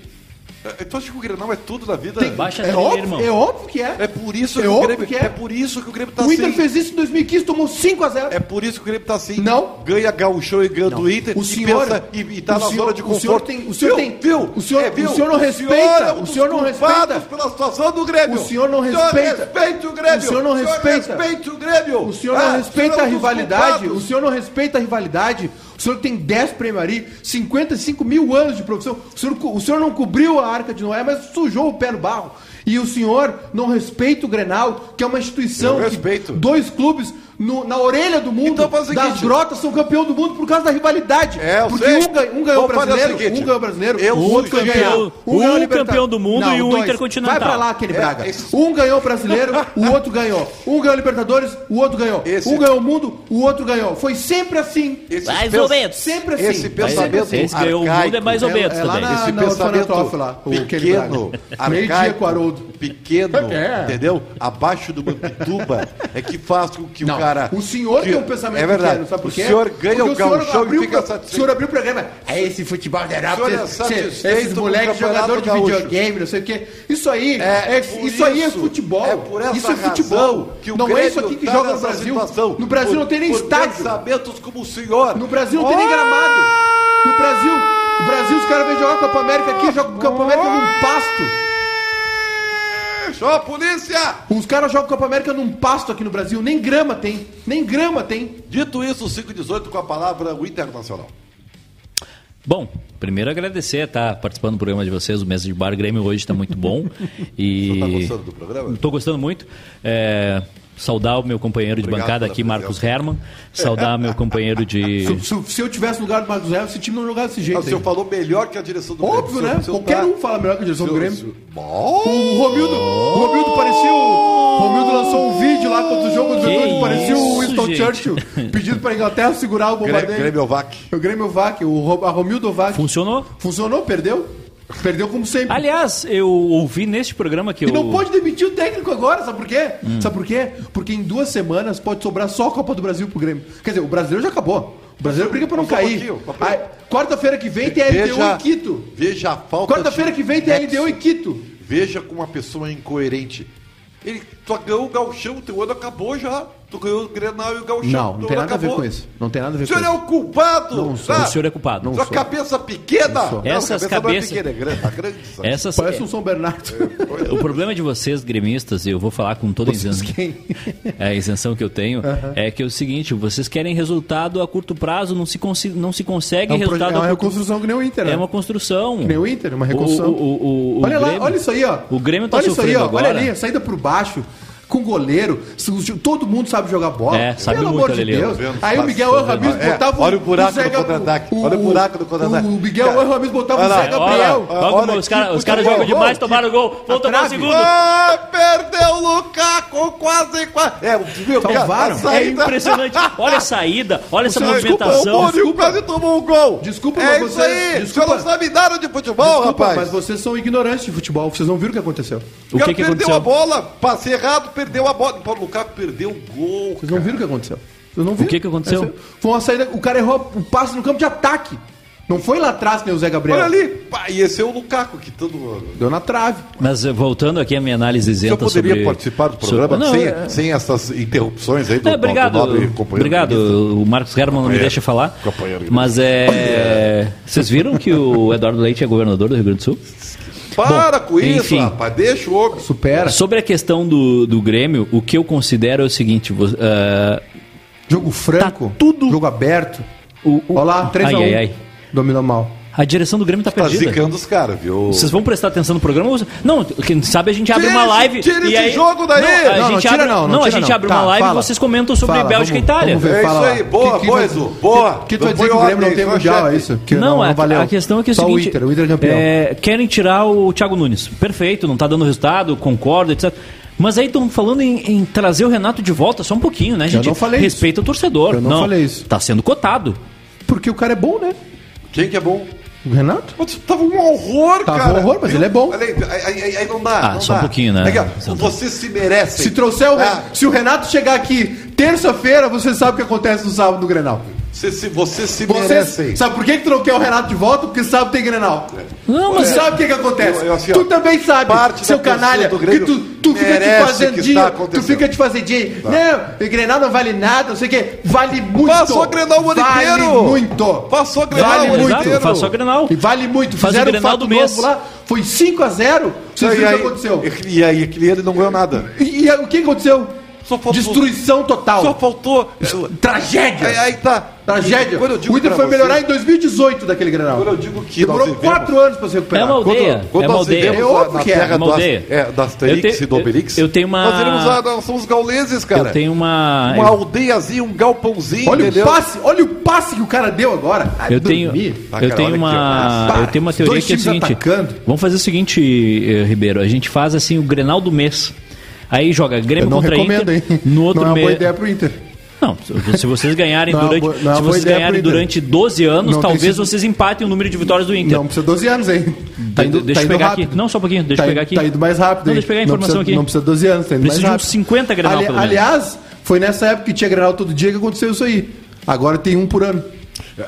Speaker 1: É, Tu acha que o Grenal é tudo na vida?
Speaker 3: Baixa a
Speaker 4: É
Speaker 3: trilha,
Speaker 4: óbvio,
Speaker 3: irmão.
Speaker 4: é óbvio que é.
Speaker 1: É por isso
Speaker 4: É
Speaker 1: que o
Speaker 4: óbvio
Speaker 1: Grêmio
Speaker 4: que é.
Speaker 1: é por isso que o Grêmio tá
Speaker 4: o Inter
Speaker 1: sem.
Speaker 4: fez isso em 2015, tomou 5x0.
Speaker 1: É por isso que o Grêmio tá assim.
Speaker 4: Não.
Speaker 1: Ganha gauchão e ganha do Inter.
Speaker 4: O
Speaker 1: e,
Speaker 4: senhor-
Speaker 1: pensa, e, e tá
Speaker 4: o
Speaker 1: na
Speaker 4: senhor-
Speaker 1: zona de
Speaker 4: o
Speaker 1: conforto.
Speaker 4: senhor tem- o
Speaker 1: viu,
Speaker 4: senhor tem-
Speaker 1: Viu?
Speaker 4: o senhor-
Speaker 1: É, viu?
Speaker 4: o senhor não
Speaker 1: senhor é
Speaker 4: respeita,
Speaker 1: um
Speaker 4: o
Speaker 1: dos
Speaker 4: senhor não
Speaker 1: culpados
Speaker 4: respeita.
Speaker 1: pela situação do Grêmio.
Speaker 4: O senhor não respeita.
Speaker 1: respeite o Grêmio.
Speaker 4: O senhor não respeita.
Speaker 1: respeite o Grêmio.
Speaker 4: O senhor
Speaker 1: Ah,
Speaker 4: não
Speaker 1: senhor é
Speaker 4: respeita a
Speaker 1: um dos
Speaker 4: rivalidade,
Speaker 1: culpados.
Speaker 4: o senhor não respeita a rivalidade, o senhor tem 10 Premari, 55 mil anos de profissão, o senhor, co- o senhor não cobriu a Arca de Noé, mas sujou o pé no barro. E o senhor não respeita o Grenal, que é uma instituição
Speaker 1: Eu
Speaker 4: que
Speaker 1: respeito.
Speaker 4: dois clubes no- na orelha do mundo,
Speaker 1: Então faz o
Speaker 4: das
Speaker 1: seguinte.
Speaker 4: grotas, são campeão do mundo por causa da rivalidade.
Speaker 1: É, eu
Speaker 4: Porque
Speaker 1: sei.
Speaker 4: um, ganha- um ganhou
Speaker 1: Então faz o
Speaker 4: brasileiro,
Speaker 1: seguinte.
Speaker 4: um ganhou brasileiro,
Speaker 1: Eu
Speaker 4: o outro
Speaker 1: sou
Speaker 4: ganhou
Speaker 1: campeão.
Speaker 4: Mundial, um ganhou
Speaker 3: Um
Speaker 4: Libertadores.
Speaker 3: campeão do mundo e um intercontinental.
Speaker 4: Vai pra lá, aquele
Speaker 1: É,
Speaker 4: Braga.
Speaker 1: esse-
Speaker 4: Um ganhou o brasileiro, o outro ganhou. Um ganhou Libertadores, o outro ganhou.
Speaker 1: Esse-
Speaker 4: Um ganhou o mundo, o outro ganhou. Foi sempre assim.
Speaker 1: Esse
Speaker 3: Mais
Speaker 1: pensa-
Speaker 3: ou menos.
Speaker 4: Sempre assim.
Speaker 1: Esse pensamento
Speaker 3: esse ganhou o mundo,
Speaker 1: arcaico,
Speaker 3: é mais ou
Speaker 1: né?
Speaker 3: menos
Speaker 4: é lá
Speaker 3: também.
Speaker 4: na-
Speaker 1: Esse
Speaker 4: no
Speaker 1: pensamento
Speaker 4: orfanatófilo lá, o aquele
Speaker 1: pequeno,
Speaker 4: Braga. Meio-dia com o
Speaker 1: arcaico,
Speaker 4: Haroldo.
Speaker 1: pequeno,
Speaker 4: É.
Speaker 1: entendeu? Abaixo do Mampituba é que faz com que o
Speaker 4: Não,
Speaker 1: cara...
Speaker 4: o senhor
Speaker 1: que-
Speaker 4: tem um pensamento
Speaker 1: É verdade.
Speaker 4: pequeno, sabe por quê?
Speaker 1: O senhor ganha
Speaker 4: Porque
Speaker 1: o gauchão
Speaker 4: abriu
Speaker 1: e fica
Speaker 4: pro- O senhor
Speaker 1: satisfeito.
Speaker 4: abriu o programa. É esse futebol da Europa,
Speaker 1: O senhor é
Speaker 4: esse-
Speaker 1: satisfeito
Speaker 4: esses
Speaker 1: com o
Speaker 4: moleques
Speaker 1: Campeonato
Speaker 4: jogador de
Speaker 1: Gaúcho.
Speaker 4: videogame, não sei o quê. Isso aí é,
Speaker 1: por
Speaker 4: isso, aí é
Speaker 1: isso,
Speaker 4: futebol.
Speaker 1: É por essa
Speaker 4: isso é futebol.
Speaker 1: razão que o
Speaker 4: não
Speaker 1: Grêmio
Speaker 4: é isso aqui que
Speaker 1: tá
Speaker 4: joga no
Speaker 1: nessa
Speaker 4: Brasil.
Speaker 1: situação.
Speaker 4: No Brasil
Speaker 1: Por-
Speaker 4: não tem nem
Speaker 1: por
Speaker 4: estádio.
Speaker 1: pensamentos como o senhor.
Speaker 4: No Brasil não tem nem gramado. No Brasil, no Brasil os caras vêm jogar Copa América aqui, jogam Copa América num pasto.
Speaker 1: Só a polícia!
Speaker 4: Os caras jogam Copa América num pasto aqui no Brasil, nem grama tem, nem grama tem.
Speaker 1: Dito isso, 518 com a palavra o Internacional. Tá
Speaker 3: Bom, primeiro agradecer, tá? Participando do programa de vocês, o Mesa de Bar Grêmio hoje está muito bom.
Speaker 1: Você
Speaker 3: E...
Speaker 1: tá gostando do programa?
Speaker 3: Estou gostando muito. É, Saudar o meu companheiro de
Speaker 1: Obrigado
Speaker 3: bancada
Speaker 1: pela
Speaker 3: aqui, Marcos
Speaker 1: presença.
Speaker 3: Herman. Saudar meu companheiro de.
Speaker 4: Se, se- se eu tivesse no lugar do Marcos Reves, esse time não jogava desse
Speaker 1: Ah,
Speaker 4: jeito.
Speaker 1: O senhor
Speaker 4: aí.
Speaker 1: falou melhor que a direção do
Speaker 4: Óbvio,
Speaker 1: Grêmio.
Speaker 4: né?
Speaker 1: O senhor- o senhor
Speaker 4: Qualquer
Speaker 1: tá-
Speaker 4: um fala melhor que a direção do
Speaker 1: Senhor-
Speaker 4: Grêmio.
Speaker 1: senhor- Bom!
Speaker 4: O Romildo, o Romildo parecia o. o Romildo lançou um vídeo lá contra o jogo dos
Speaker 3: Que
Speaker 4: Verdun, parecia o
Speaker 3: isso,
Speaker 4: Winston
Speaker 3: gente.
Speaker 4: Churchill pedindo pra Inglaterra segurar o
Speaker 1: Grêmio,
Speaker 4: bombardeio.
Speaker 1: Grêmio é Ovac.
Speaker 4: O Grêmio Vac, o Ro- a Romildo Vac.
Speaker 3: Funcionou?
Speaker 4: Funcionou, perdeu? Perdeu como sempre.
Speaker 3: Aliás, eu ouvi neste programa que
Speaker 4: E
Speaker 3: eu.
Speaker 4: não pode demitir o técnico agora, sabe por quê? Sabe por quê? Porque em duas semanas pode sobrar só a Copa do Brasil pro Grêmio. Quer dizer, o brasileiro já acabou. O brasileiro briga pra não
Speaker 1: Só um
Speaker 4: cair.
Speaker 1: pouquinho, papai.
Speaker 4: Aí, Quarta-feira que vem tem a LDU em Quito.
Speaker 1: Veja a falta
Speaker 4: Quarta-feira
Speaker 1: de
Speaker 4: que vem tem a LDU em
Speaker 1: nexo.
Speaker 4: Quito.
Speaker 1: Veja como uma pessoa é incoerente. Ele, tu ganhou o Galchão, teu ano acabou já. Tu ganhou o Grenal e o Galchão.
Speaker 4: Não, não
Speaker 1: teu
Speaker 4: tem
Speaker 1: ano
Speaker 4: nada a ver
Speaker 1: acabou.
Speaker 4: com isso. Não tem nada a
Speaker 1: O
Speaker 4: ver com
Speaker 1: senhor é
Speaker 4: isso.
Speaker 1: o culpado!
Speaker 4: Não sou.
Speaker 1: tá?
Speaker 3: O senhor é culpado.
Speaker 4: Não
Speaker 1: Sua
Speaker 4: sou.
Speaker 1: cabeça pequena!
Speaker 4: Não sou.
Speaker 1: Não, cabeça
Speaker 3: Essas
Speaker 1: não é
Speaker 3: cabeças-
Speaker 1: pequena, é grande, tá grande. sabe?
Speaker 3: Essas...
Speaker 4: Parece um São Bernardo.
Speaker 3: O problema de vocês, gremistas, e eu vou falar com toda a
Speaker 4: Vocês
Speaker 3: isenção,
Speaker 4: quem?
Speaker 3: a isenção que eu tenho, é que é o seguinte: vocês querem resultado a curto prazo, não se, consi- não se consegue
Speaker 4: É, um pro- é
Speaker 3: resultado
Speaker 4: uma
Speaker 3: a curto
Speaker 4: reconstrução que nem o Inter, né?
Speaker 3: É uma construção.
Speaker 4: Que nem o Inter, uma reconstrução.
Speaker 3: O, o- o- o
Speaker 4: olha
Speaker 3: Grêmio-
Speaker 4: lá, olha isso aí, ó.
Speaker 3: O Grêmio tá
Speaker 4: olha
Speaker 3: sofrendo
Speaker 4: isso aí, ó.
Speaker 3: agora.
Speaker 4: Olha ali, a saída por baixo, com goleiro. se os- Todo mundo sabe jogar bola.
Speaker 3: É, sabe muito,
Speaker 4: amor de
Speaker 3: Alelio.
Speaker 1: Tô
Speaker 4: Deus.
Speaker 1: Tá vendo,
Speaker 4: Aí o
Speaker 1: fácil,
Speaker 4: Miguel
Speaker 1: tô
Speaker 4: Angel Ramírez
Speaker 1: vendo. É,
Speaker 4: botava
Speaker 1: olha o buraco do
Speaker 4: Zé-
Speaker 1: contra-ataque, olha o buraco do contra-ataque.
Speaker 4: O Miguel
Speaker 1: Cara,
Speaker 4: Angel Ramírez botava
Speaker 1: olha
Speaker 4: o
Speaker 1: lá,
Speaker 4: Zé Gabriel.
Speaker 3: Olha,
Speaker 1: Olha
Speaker 3: como os
Speaker 1: que
Speaker 3: caras os caras
Speaker 1: futebol,
Speaker 3: jogam
Speaker 1: gol,
Speaker 3: demais,
Speaker 1: que-
Speaker 3: tomaram gol, vão
Speaker 4: a
Speaker 3: tomar o
Speaker 4: trave.
Speaker 3: segundo.
Speaker 1: Ah, perdeu o Lukaku quase, quase. É, viu, cara,
Speaker 4: Salvaram.
Speaker 1: a
Speaker 3: É
Speaker 1: saída-
Speaker 3: impressionante. Olha a saída, olha essa
Speaker 1: Senhor, tá- Desculpa, o
Speaker 3: movimentação.
Speaker 1: Mônio quase tomou um gol.
Speaker 4: Desculpa,
Speaker 1: é
Speaker 4: mas
Speaker 1: isso
Speaker 4: você-
Speaker 1: aí. Desculpa.
Speaker 4: desculpa.
Speaker 1: Você não sabe nada de futebol,
Speaker 4: Desculpa,
Speaker 1: rapaz.
Speaker 4: Mas vocês são ignorantes de futebol. Vocês não viram o que aconteceu.
Speaker 3: O
Speaker 1: cara
Speaker 3: que, que
Speaker 1: perdeu a
Speaker 3: aconteceu?
Speaker 1: bola, passe errado, perdeu a bola. Paulo Lukaku perdeu o gol.
Speaker 4: Vocês não viram o que aconteceu. Vocês não viram.
Speaker 3: que que aconteceu?
Speaker 4: Essa- Foi uma saída... O cara errou o passe no campo de ataque. Não foi lá atrás, nem o Zé Gabriel.
Speaker 1: Olha ali. Pá, e esse é o Lukaku que todo...
Speaker 4: Deu na trave.
Speaker 3: Mas eh, voltando aqui a minha análise
Speaker 1: O
Speaker 3: isenta
Speaker 1: senhor poderia
Speaker 3: sobre...
Speaker 1: participar do
Speaker 3: sobre-
Speaker 1: programa
Speaker 3: Não,
Speaker 1: sem,
Speaker 3: é-
Speaker 1: sem essas interrupções aí do
Speaker 3: É,
Speaker 1: nosso
Speaker 3: obrigado,
Speaker 1: nobre companheiro?
Speaker 3: obrigado. O Marcos Herman não me
Speaker 1: Companheiro.
Speaker 3: deixa falar.
Speaker 1: Companheiro.
Speaker 3: Mas é. Vocês viram que o Eduardo Leite é governador do Rio Grande do Sul?
Speaker 1: Para
Speaker 3: Bom,
Speaker 1: com isso,
Speaker 3: enfim.
Speaker 1: rapaz. Deixa o homem.
Speaker 4: Supera.
Speaker 3: Sobre a questão do, do Grêmio, o que eu considero é o seguinte: vo- ah,
Speaker 4: Jogo franco.
Speaker 3: Tá tudo-
Speaker 4: Jogo aberto.
Speaker 3: o, o-
Speaker 4: Olha lá, 3 a
Speaker 3: ai,
Speaker 4: 1.
Speaker 3: ai, ai.
Speaker 4: dominou mal.
Speaker 3: A direção do Grêmio tá
Speaker 1: Tá
Speaker 3: perdida.
Speaker 1: zicando os caras, viu?
Speaker 3: Vocês vão prestar atenção no programa? ou- Não, quem sabe a gente abre
Speaker 1: Tira
Speaker 3: uma
Speaker 1: esse-
Speaker 3: live.
Speaker 1: tira
Speaker 3: e
Speaker 1: esse
Speaker 3: aí...
Speaker 1: jogo daí!
Speaker 3: Não, a
Speaker 4: Não,
Speaker 3: gente
Speaker 4: não tira
Speaker 3: abre,
Speaker 4: não, não
Speaker 3: a
Speaker 4: tira
Speaker 3: gente
Speaker 4: não.
Speaker 3: abre
Speaker 4: Tá,
Speaker 3: uma live
Speaker 4: fala.
Speaker 3: e vocês comentam sobre
Speaker 4: Fala,
Speaker 3: Bélgica
Speaker 4: vamos-
Speaker 3: e Itália.
Speaker 4: vamos ver.
Speaker 1: É
Speaker 4: Fala
Speaker 1: isso
Speaker 4: lá.
Speaker 1: aí, boa,
Speaker 4: Que- que
Speaker 1: boa,
Speaker 4: vai-
Speaker 1: Edu, boa.
Speaker 4: Que, que tu vai
Speaker 1: Não foi
Speaker 4: dizer que o Grêmio
Speaker 1: ordem,
Speaker 4: não tem
Speaker 1: foi
Speaker 4: mundial,
Speaker 1: chefe.
Speaker 4: é isso? Que
Speaker 3: não, a,
Speaker 4: valeu.
Speaker 3: a questão é que é o
Speaker 4: Só
Speaker 3: seguinte,
Speaker 4: o Inter, o Inter é campeão.
Speaker 3: é, querem tirar o Thiago Nunes. Perfeito, não tá dando resultado, concordo, etc. Mas aí estão falando em, em trazer o Renato de volta só um pouquinho, né, gente?
Speaker 4: não falei isso.
Speaker 3: Respeita o torcedor.
Speaker 4: Eu não falei isso.
Speaker 3: Tá sendo cotado.
Speaker 4: Porque o cara é bom, né?
Speaker 1: Quem que é bom?
Speaker 4: O Renato?
Speaker 1: Mas Tava um horror,
Speaker 4: Tava um
Speaker 1: cara.
Speaker 4: horror, mas ele é bom.
Speaker 1: Olha Aí, aí, aí- aí não dá.
Speaker 3: Ah,
Speaker 1: não
Speaker 3: só
Speaker 1: dá.
Speaker 3: um pouquinho, né?
Speaker 1: Aqui, ó, vocês se merecem.
Speaker 4: Se trouxer o,
Speaker 1: Ah,
Speaker 4: se o Renato chegar aqui terça-feira, você sabe o que acontece no sábado do Grenal.
Speaker 1: Vocês se, vocês se merecem.
Speaker 4: Você, sabe por que que troquei o Renato de volta? Porque sábado tem Grenal.
Speaker 3: Não,
Speaker 4: Você
Speaker 3: mas
Speaker 4: sabe o que que acontece?
Speaker 1: Eu- eu, assim, ó,
Speaker 4: tu também sabe,
Speaker 1: parte
Speaker 4: seu
Speaker 1: da torcida
Speaker 4: canalha,
Speaker 1: do
Speaker 4: que
Speaker 1: Grêmio
Speaker 4: tu, tu fica te
Speaker 1: merece
Speaker 4: fazendo
Speaker 1: que
Speaker 4: dia,
Speaker 1: está
Speaker 4: tu
Speaker 1: acontecendo. Tá.
Speaker 4: fica te fazendo dia. Não, o Grenal não vale nada, não sei o quê. Vale muito.
Speaker 1: Passou o Grenal o ano
Speaker 4: vale
Speaker 1: inteiro.
Speaker 4: muito.
Speaker 1: Passou o Grenal
Speaker 4: vale
Speaker 1: o ano
Speaker 4: muito.
Speaker 1: inteiro.
Speaker 3: faz só Grenal.
Speaker 4: E vale muito.
Speaker 3: Faz o
Speaker 4: Fizeram um
Speaker 3: Grenal
Speaker 4: fato
Speaker 3: do mês.
Speaker 4: novo lá, foi 5 a 0 Vocês
Speaker 1: E
Speaker 4: viram o
Speaker 1: aí,
Speaker 4: que aconteceu?
Speaker 1: E aí, aquele ele não ganhou nada.
Speaker 4: E, e o que aconteceu?
Speaker 1: Só faltou-
Speaker 4: Destruição total.
Speaker 1: Só faltou.
Speaker 4: Tragédia.
Speaker 1: Aí, aí tá.
Speaker 4: Tragédia.
Speaker 1: Quando eu digo
Speaker 4: O Inter
Speaker 1: pra
Speaker 4: foi
Speaker 1: você-
Speaker 4: melhorar em 2018 daquele Grenal.
Speaker 1: Quando eu digo que
Speaker 4: Demorou
Speaker 1: nós vivemos-
Speaker 4: 4 anos pra se recuperar.
Speaker 3: É uma aldeia.
Speaker 1: Quando
Speaker 3: é uma
Speaker 1: nós
Speaker 3: aldeia.
Speaker 1: vivemos
Speaker 4: É
Speaker 1: lá
Speaker 4: óbvio
Speaker 1: na
Speaker 4: que é,
Speaker 1: terra
Speaker 3: é uma
Speaker 1: do,
Speaker 3: aldeia.
Speaker 1: As- é, das Terix
Speaker 3: Eu te-
Speaker 1: e do Obelix,
Speaker 3: eu- eu tenho uma-
Speaker 1: nós, iremos lá, nós somos gauleses, cara.
Speaker 3: Eu tenho uma...
Speaker 1: Uma aldeazinha, um galpãozinho,
Speaker 4: Olha
Speaker 1: entendeu?
Speaker 4: o passe, olha o passe que o cara deu agora. Ah,
Speaker 3: Eu tenho,
Speaker 4: dormi.
Speaker 1: Ah,
Speaker 3: eu
Speaker 1: cara,
Speaker 3: tenho
Speaker 1: olha
Speaker 3: uma,
Speaker 1: aqui,
Speaker 4: ó. Para.
Speaker 3: eu tenho uma teoria
Speaker 4: Dois
Speaker 3: que é o
Speaker 4: times
Speaker 3: seguinte.
Speaker 4: atacando.
Speaker 3: Vamos fazer o seguinte, eh, Ribeiro. A gente faz assim o Grenal do mês. Aí joga
Speaker 4: Eu
Speaker 3: Grêmio
Speaker 4: não
Speaker 3: contra
Speaker 4: recomendo,
Speaker 3: Inter.
Speaker 4: hein?
Speaker 3: No outro
Speaker 4: não é uma boa
Speaker 3: mês.
Speaker 4: ideia pro Inter.
Speaker 3: Não, se vocês ganharem
Speaker 4: Não é uma
Speaker 3: durante,
Speaker 4: boa- não é uma
Speaker 3: se
Speaker 4: boa
Speaker 3: vocês
Speaker 4: ideia
Speaker 3: ganharem
Speaker 4: pro Inter.
Speaker 3: durante 12 anos,
Speaker 4: Não tem
Speaker 3: talvez
Speaker 4: sido-
Speaker 3: vocês empatem o número de vitórias do Inter.
Speaker 4: Não precisa 12 anos, hein? Tá
Speaker 3: De- deixa
Speaker 4: tá
Speaker 3: eu pegar
Speaker 4: rápido.
Speaker 3: aqui. Não, só um pouquinho, deixa
Speaker 4: tá
Speaker 3: eu
Speaker 4: indo-
Speaker 3: pegar aqui.
Speaker 4: Tá indo mais rápido.
Speaker 3: Não,
Speaker 4: hein?
Speaker 3: deixa eu pegar a informação
Speaker 4: não precisa,
Speaker 3: aqui.
Speaker 4: Não precisa 12 anos, tá indo
Speaker 3: Preciso de
Speaker 4: mais
Speaker 3: uns
Speaker 4: rápido.
Speaker 3: 50 Grenal
Speaker 4: Ali-
Speaker 3: pelo menos.
Speaker 4: Aliás, foi nessa época que tinha Grenal todo dia que aconteceu isso aí. Agora tem um por ano.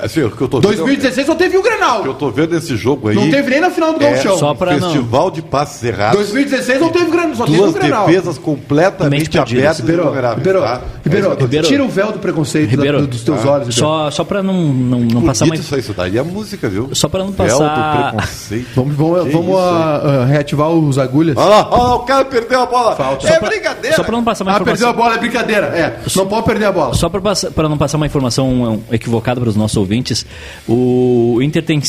Speaker 1: Assim, o que eu tô vendo-
Speaker 4: 2016 só teve um
Speaker 1: o que eu
Speaker 4: Grenal.
Speaker 1: tô vendo nesse jogo aí.
Speaker 4: Não teve nem na final do
Speaker 1: é
Speaker 4: Gauchão.
Speaker 3: só pra- não.
Speaker 1: festival de passes errados.
Speaker 4: 2016 não teve Grenal, só teve um
Speaker 1: Duas
Speaker 4: Grenal.
Speaker 1: defesas completamente
Speaker 3: Também perdidas.
Speaker 1: abertas e
Speaker 4: Ribeiro,
Speaker 1: vulneráveis,
Speaker 4: Ribeiro,
Speaker 1: tá?
Speaker 4: Ribeiro,
Speaker 3: Ribeiro.
Speaker 4: tira o véu do preconceito da-
Speaker 3: Ribeiro.
Speaker 4: do- dos teus
Speaker 1: Tá.
Speaker 4: olhos. Ribeiro.
Speaker 3: Só, só pra não, não, não passar
Speaker 1: Bonito
Speaker 3: mais.
Speaker 1: isso aí, isso daí é música, viu?
Speaker 3: Só pra não
Speaker 1: Véu do
Speaker 3: passar-
Speaker 1: preconceito.
Speaker 4: Vamos, vamos,
Speaker 1: Que
Speaker 4: vamos
Speaker 1: isso, hein?
Speaker 4: ah, ah, reativar os agulhas.
Speaker 1: Olha lá, olha lá, o cara perdeu a bola.
Speaker 4: Falta.
Speaker 1: É
Speaker 4: Só
Speaker 1: brincadeira.
Speaker 3: Só pra não passar mais
Speaker 4: Ah, perdeu
Speaker 3: informação.
Speaker 4: a bola, é brincadeira. É, não pode perder a bola.
Speaker 3: Só para não passar uma informação eh, equivocada para os nossos ouvintes, o Inter tem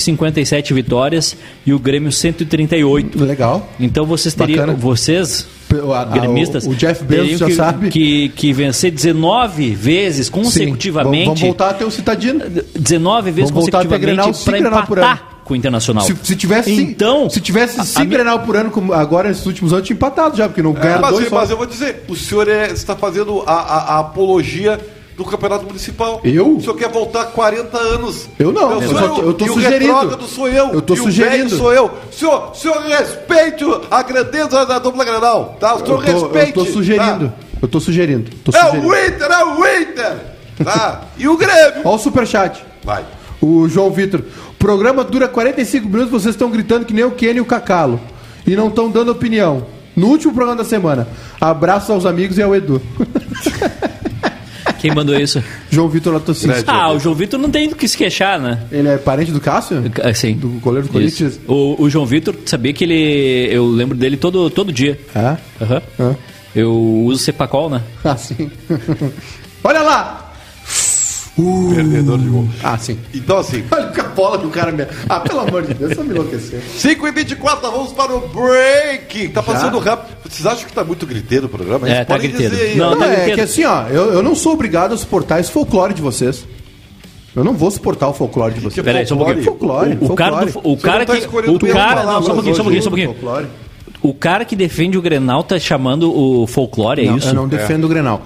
Speaker 3: 157 vitórias e o Grêmio 138.
Speaker 4: Legal.
Speaker 3: Então vocês teriam,
Speaker 4: Bacana.
Speaker 3: vocês,
Speaker 4: O- a- a-
Speaker 3: gremistas,
Speaker 4: o- o Jeff Bezos
Speaker 3: teriam
Speaker 4: já
Speaker 3: que,
Speaker 4: sabe.
Speaker 3: que, que vencer 19 vezes
Speaker 4: Sim.
Speaker 3: consecutivamente,
Speaker 4: Vamos- Vamos voltar até o Citadino.
Speaker 3: 19 vezes
Speaker 4: Vamos voltar a ter Grenal,
Speaker 3: consecutivamente
Speaker 4: cinco
Speaker 3: para
Speaker 4: Grenal por
Speaker 3: empatar com o Internacional.
Speaker 4: Se, se tivesse,
Speaker 3: então,
Speaker 4: se tivesse
Speaker 3: a- a
Speaker 4: cinco
Speaker 3: mi-
Speaker 4: Grenal por ano, como agora nesses últimos anos, tinha empatado já, porque não
Speaker 1: É,
Speaker 4: ganharam
Speaker 1: mas,
Speaker 4: dois.
Speaker 1: eu-
Speaker 4: só.
Speaker 1: mas eu vou dizer, o senhor é- está fazendo a, a- a apologia do campeonato municipal.
Speaker 4: Eu?
Speaker 1: O senhor quer voltar 40 anos.
Speaker 4: Eu não, eu
Speaker 1: sou
Speaker 4: só tô- eu tô
Speaker 1: e
Speaker 4: sugerindo.
Speaker 1: O retrógrado sou eu.
Speaker 4: Eu tô
Speaker 1: e
Speaker 4: sugerindo.
Speaker 1: O velho sou eu. Senhor, senhor respeite a grandeza da dupla Granal. Tá? O
Speaker 4: eu,
Speaker 1: senhor
Speaker 4: tô, eu
Speaker 1: respeite.
Speaker 4: tô sugerindo. Eu tô sugerindo. Tô
Speaker 1: tá? É
Speaker 4: sugerindo.
Speaker 1: o Inter, é o Inter. Tá? E o Grêmio.
Speaker 4: Olha o superchat.
Speaker 1: Vai.
Speaker 4: O João Vitor. O programa dura 45 minutos, vocês estão gritando que nem o Kenny e o Cacalo. E não estão dando opinião. No último programa da semana. Abraço aos amigos e ao Edu.
Speaker 3: Quem mandou isso?
Speaker 4: João Vitor Latocinski.
Speaker 1: Grande.
Speaker 3: ah, o João Vitor não tem do que se queixar, né?
Speaker 4: Ele é parente do Cássio?
Speaker 3: Ah, Sim.
Speaker 4: Do goleiro do
Speaker 3: Isso.
Speaker 4: Corinthians?
Speaker 3: O, o João Vitor, sabia que ele. Eu lembro dele todo, todo dia.
Speaker 4: É?
Speaker 3: Aham.
Speaker 4: Hã?
Speaker 3: Eu uso Cepacol, né?
Speaker 4: Ah, sim. Olha lá!
Speaker 1: Perdedor de gol.
Speaker 4: Ah, sim.
Speaker 1: Então assim,
Speaker 4: Olha que a bola do cara mesmo. Ah, pelo amor de Deus, só me enlouqueceu.
Speaker 1: 5 e 24 nós vamos para o break. Tá passando rápido. Vocês acham que tá muito griteiro o programa?
Speaker 3: É,
Speaker 1: Vocês
Speaker 3: tá
Speaker 1: podem dizer
Speaker 3: griteiro.
Speaker 1: aí, né?
Speaker 3: Não,
Speaker 4: Não,
Speaker 3: tá
Speaker 4: é
Speaker 3: entendendo.
Speaker 4: que assim, ó, eu, eu não sou obrigado a suportar esse folclore de vocês. Eu não vou suportar o folclore de vocês.
Speaker 1: que
Speaker 3: Peraí, só um pouquinho.
Speaker 4: Folclore,
Speaker 3: o, o cara,
Speaker 4: folclore.
Speaker 3: do, o
Speaker 1: Você
Speaker 3: cara
Speaker 1: não tá
Speaker 3: que.
Speaker 1: escolhendo
Speaker 3: O
Speaker 1: bem as
Speaker 3: cara. Não,
Speaker 1: palavras
Speaker 3: só um pouquinho, só um pouquinho,
Speaker 1: hoje,
Speaker 3: só um pouquinho.
Speaker 4: Folclore.
Speaker 3: O cara que defende o Grenal tá chamando o folclore, é
Speaker 4: Não,
Speaker 3: isso?
Speaker 4: eu não defendo o Grenal.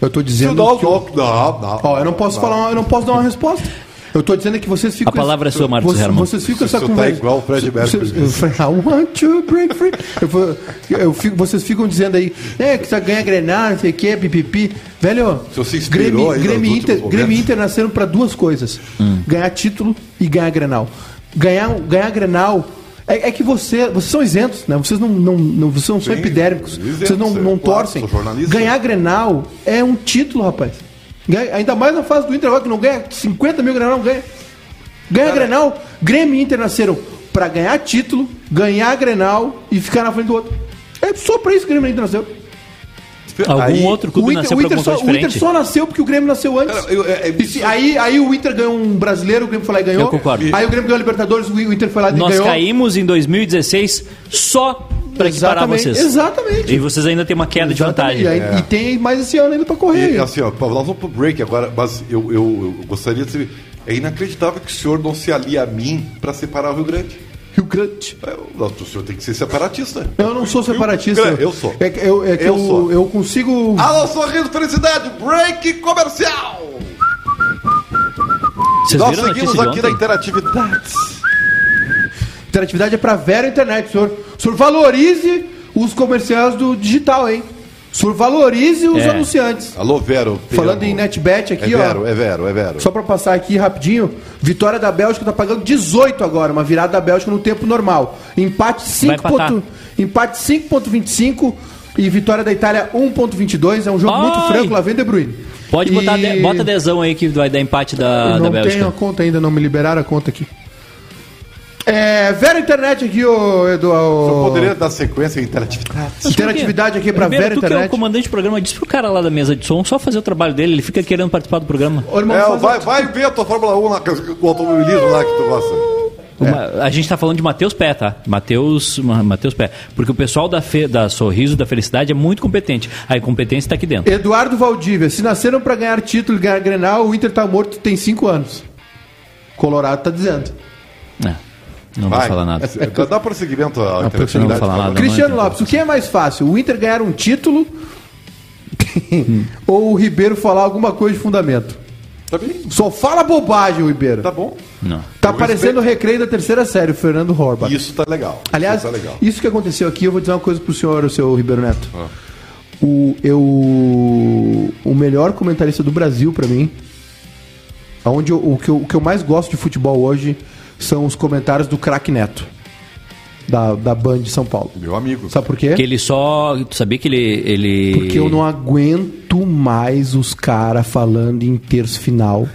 Speaker 4: Eu tô dizendo
Speaker 1: Não,
Speaker 4: que eu,
Speaker 1: não, não, não.
Speaker 4: ó, eu não posso falar, uma- eu não posso dar uma resposta. Eu tô dizendo que vocês ficam
Speaker 3: A palavra é sua, Marcos
Speaker 4: vocês,
Speaker 3: Herman.
Speaker 4: Vocês ficam essa
Speaker 1: Isso tá
Speaker 4: conversa.
Speaker 1: igual o Fred
Speaker 4: Vocês-
Speaker 1: Mercury.
Speaker 4: eu falei, I want to break free. Eu, vou- eu fico, vocês ficam dizendo aí, é que só ganha Grenal, não sei o quê, pipipi. Velho,
Speaker 1: Se você inspirou
Speaker 4: Grêmio,
Speaker 1: ainda
Speaker 4: Grêmio,
Speaker 1: nos
Speaker 4: Inter,
Speaker 1: últimos
Speaker 4: Grêmio e
Speaker 1: momentos.
Speaker 4: Inter nasceram pra duas coisas: ganhar título e ganhar Grenal. Ganhar, ganhar Grenal é, é que você, vocês são isentos, né? Vocês não, não, não- vocês não são
Speaker 1: Sim,
Speaker 4: epidérmicos,
Speaker 1: isentos,
Speaker 4: vocês não,
Speaker 1: é,
Speaker 4: não
Speaker 1: claro,
Speaker 4: torcem.
Speaker 1: sou jornalista.
Speaker 4: Ganhar Grenal é um título, rapaz. Ganha- ainda mais na fase do Inter agora que não ganha 50 mil Grenal, não ganha. Ganha Grenal, Grêmio e Inter nasceram pra ganhar título, ganhar Grenal e ficar na frente do outro. É só pra isso que o Grêmio e Inter nasceu.
Speaker 3: Algum
Speaker 1: Aí-
Speaker 3: outro
Speaker 4: O
Speaker 3: clube
Speaker 4: Inter,
Speaker 3: nasceu
Speaker 4: o,
Speaker 3: pra
Speaker 4: Inter
Speaker 3: alguma
Speaker 4: só,
Speaker 3: coisa
Speaker 4: o Inter
Speaker 3: diferente.
Speaker 4: só nasceu porque o Grêmio nasceu antes.
Speaker 1: Cara, eu- é- é
Speaker 4: E se- aí, aí o Inter ganhou um brasileiro, o Grêmio foi lá e ganhou.
Speaker 3: Eu concordo.
Speaker 4: Aí o Grêmio ganhou a Libertadores, o Inter foi lá e
Speaker 3: Nós
Speaker 4: ganhou.
Speaker 3: caímos em 2016 só para equiparar
Speaker 4: Exatamente,
Speaker 3: vocês.
Speaker 4: exatamente.
Speaker 3: E vocês ainda têm uma queda
Speaker 4: Exatamente.
Speaker 3: de vantagem.
Speaker 4: E, aí- e tem mais esse ano ainda pra correr.
Speaker 1: E assim, ó, Paulo, nós vamos pro break agora, mas eu, eu, eu gostaria de saber. É inacreditável que o senhor não se alie a mim para separar o Rio Grande.
Speaker 4: Rio Grande.
Speaker 1: É, o- o senhor tem que ser separatista.
Speaker 4: Eu não sou separatista.
Speaker 1: Grande, eu sou.
Speaker 4: É que eu, é que
Speaker 1: Eu
Speaker 4: eu,
Speaker 1: sou. Ah.
Speaker 4: eu consigo.
Speaker 1: Alô, sorriso, felicidade, break comercial!
Speaker 3: Vocês
Speaker 1: Nós
Speaker 3: viram a notícia
Speaker 1: seguimos
Speaker 3: de
Speaker 1: aqui na
Speaker 3: ontem?
Speaker 1: interatividade.
Speaker 4: Interatividade é pra vera internet, senhor. O senhor valorize os comerciais do digital, hein? O senhor valorize os
Speaker 3: É.
Speaker 4: anunciantes.
Speaker 1: Alô, Vero. te
Speaker 4: Falando
Speaker 1: amo.
Speaker 4: em NetBet aqui,
Speaker 1: é
Speaker 4: ó.
Speaker 1: Vero, é Vero, é Vero.
Speaker 4: Só pra passar aqui rapidinho, vitória da Bélgica tá pagando 18 agora, uma virada da Bélgica no tempo normal. Empate
Speaker 3: Vai
Speaker 4: 5.
Speaker 3: empatar.
Speaker 4: ponto- empate 5.25 e vitória da Itália 1.22, é um jogo muito
Speaker 3: Ai!
Speaker 4: franco, lá vem De Bruyne.
Speaker 3: Pode
Speaker 4: E-
Speaker 3: botar de, bota dezão aí que vai dar empate
Speaker 4: Eu
Speaker 3: Ah, da, da
Speaker 4: não
Speaker 3: Bélgica.
Speaker 4: tenho a conta ainda, não me liberaram a conta aqui. É, Vera Internet aqui, ô
Speaker 1: Eu
Speaker 4: Eduardo.
Speaker 1: poderia dar sequência em interatividade.
Speaker 4: Interatividade aqui pra
Speaker 3: Primeiro,
Speaker 4: Vera
Speaker 3: tu que é o
Speaker 4: Internet.
Speaker 3: comandante do programa, diz pro cara lá da mesa de som só fazer o trabalho dele, ele fica querendo participar do programa.
Speaker 4: Ô, irmão,
Speaker 1: É,
Speaker 4: faz um-
Speaker 1: vai,
Speaker 4: o-
Speaker 1: vai ver a tua Fórmula 1 lá, com o automobilismo lá que tu gosta.
Speaker 3: Uma- a gente tá falando de Matheus Pé, tá? Matheus Ma- Matheus Pé. Porque o pessoal da, Fe- da Sorriso, da Felicidade, é muito competente. A incompetência tá aqui dentro.
Speaker 4: Eduardo Valdívia, se nasceram pra ganhar título e ganhar Grenal, o Inter tá morto tem 5 anos. Colorado tá dizendo.
Speaker 3: É, não vou
Speaker 1: Vai.
Speaker 3: falar nada.
Speaker 1: É, dá- Dá prosseguimento à
Speaker 3: Não, porque eu não vou
Speaker 1: interatividade.
Speaker 3: falar nada.
Speaker 4: Cristiano
Speaker 3: não,
Speaker 4: Lopes, o que é mais fácil? O Inter ganhar um título ou o Ribeiro falar alguma coisa de fundamento?
Speaker 1: Tá bem,
Speaker 4: Só fala bobagem, o Ribeiro.
Speaker 1: tá
Speaker 4: Tá,
Speaker 1: bom.
Speaker 3: Não.
Speaker 4: parecendo o recreio da terceira série, o Fernando Horba.
Speaker 1: Isso tá legal.
Speaker 4: Aliás,
Speaker 1: isso tá legal. Ah.
Speaker 4: isso que aconteceu aqui, eu vou dizer uma coisa pro senhor, o seu Ribeiro Neto. O, eu, o melhor comentarista do Brasil pra mim, aonde eu- o, que eu, o que eu mais gosto de futebol hoje são os comentários do craque Neto, da, da Band de São Paulo.
Speaker 1: Meu amigo.
Speaker 4: Sabe por quê?
Speaker 3: Que ele só. Tu sabia que ele. ele...
Speaker 4: Porque eu não aguento mais os caras falando em terço final,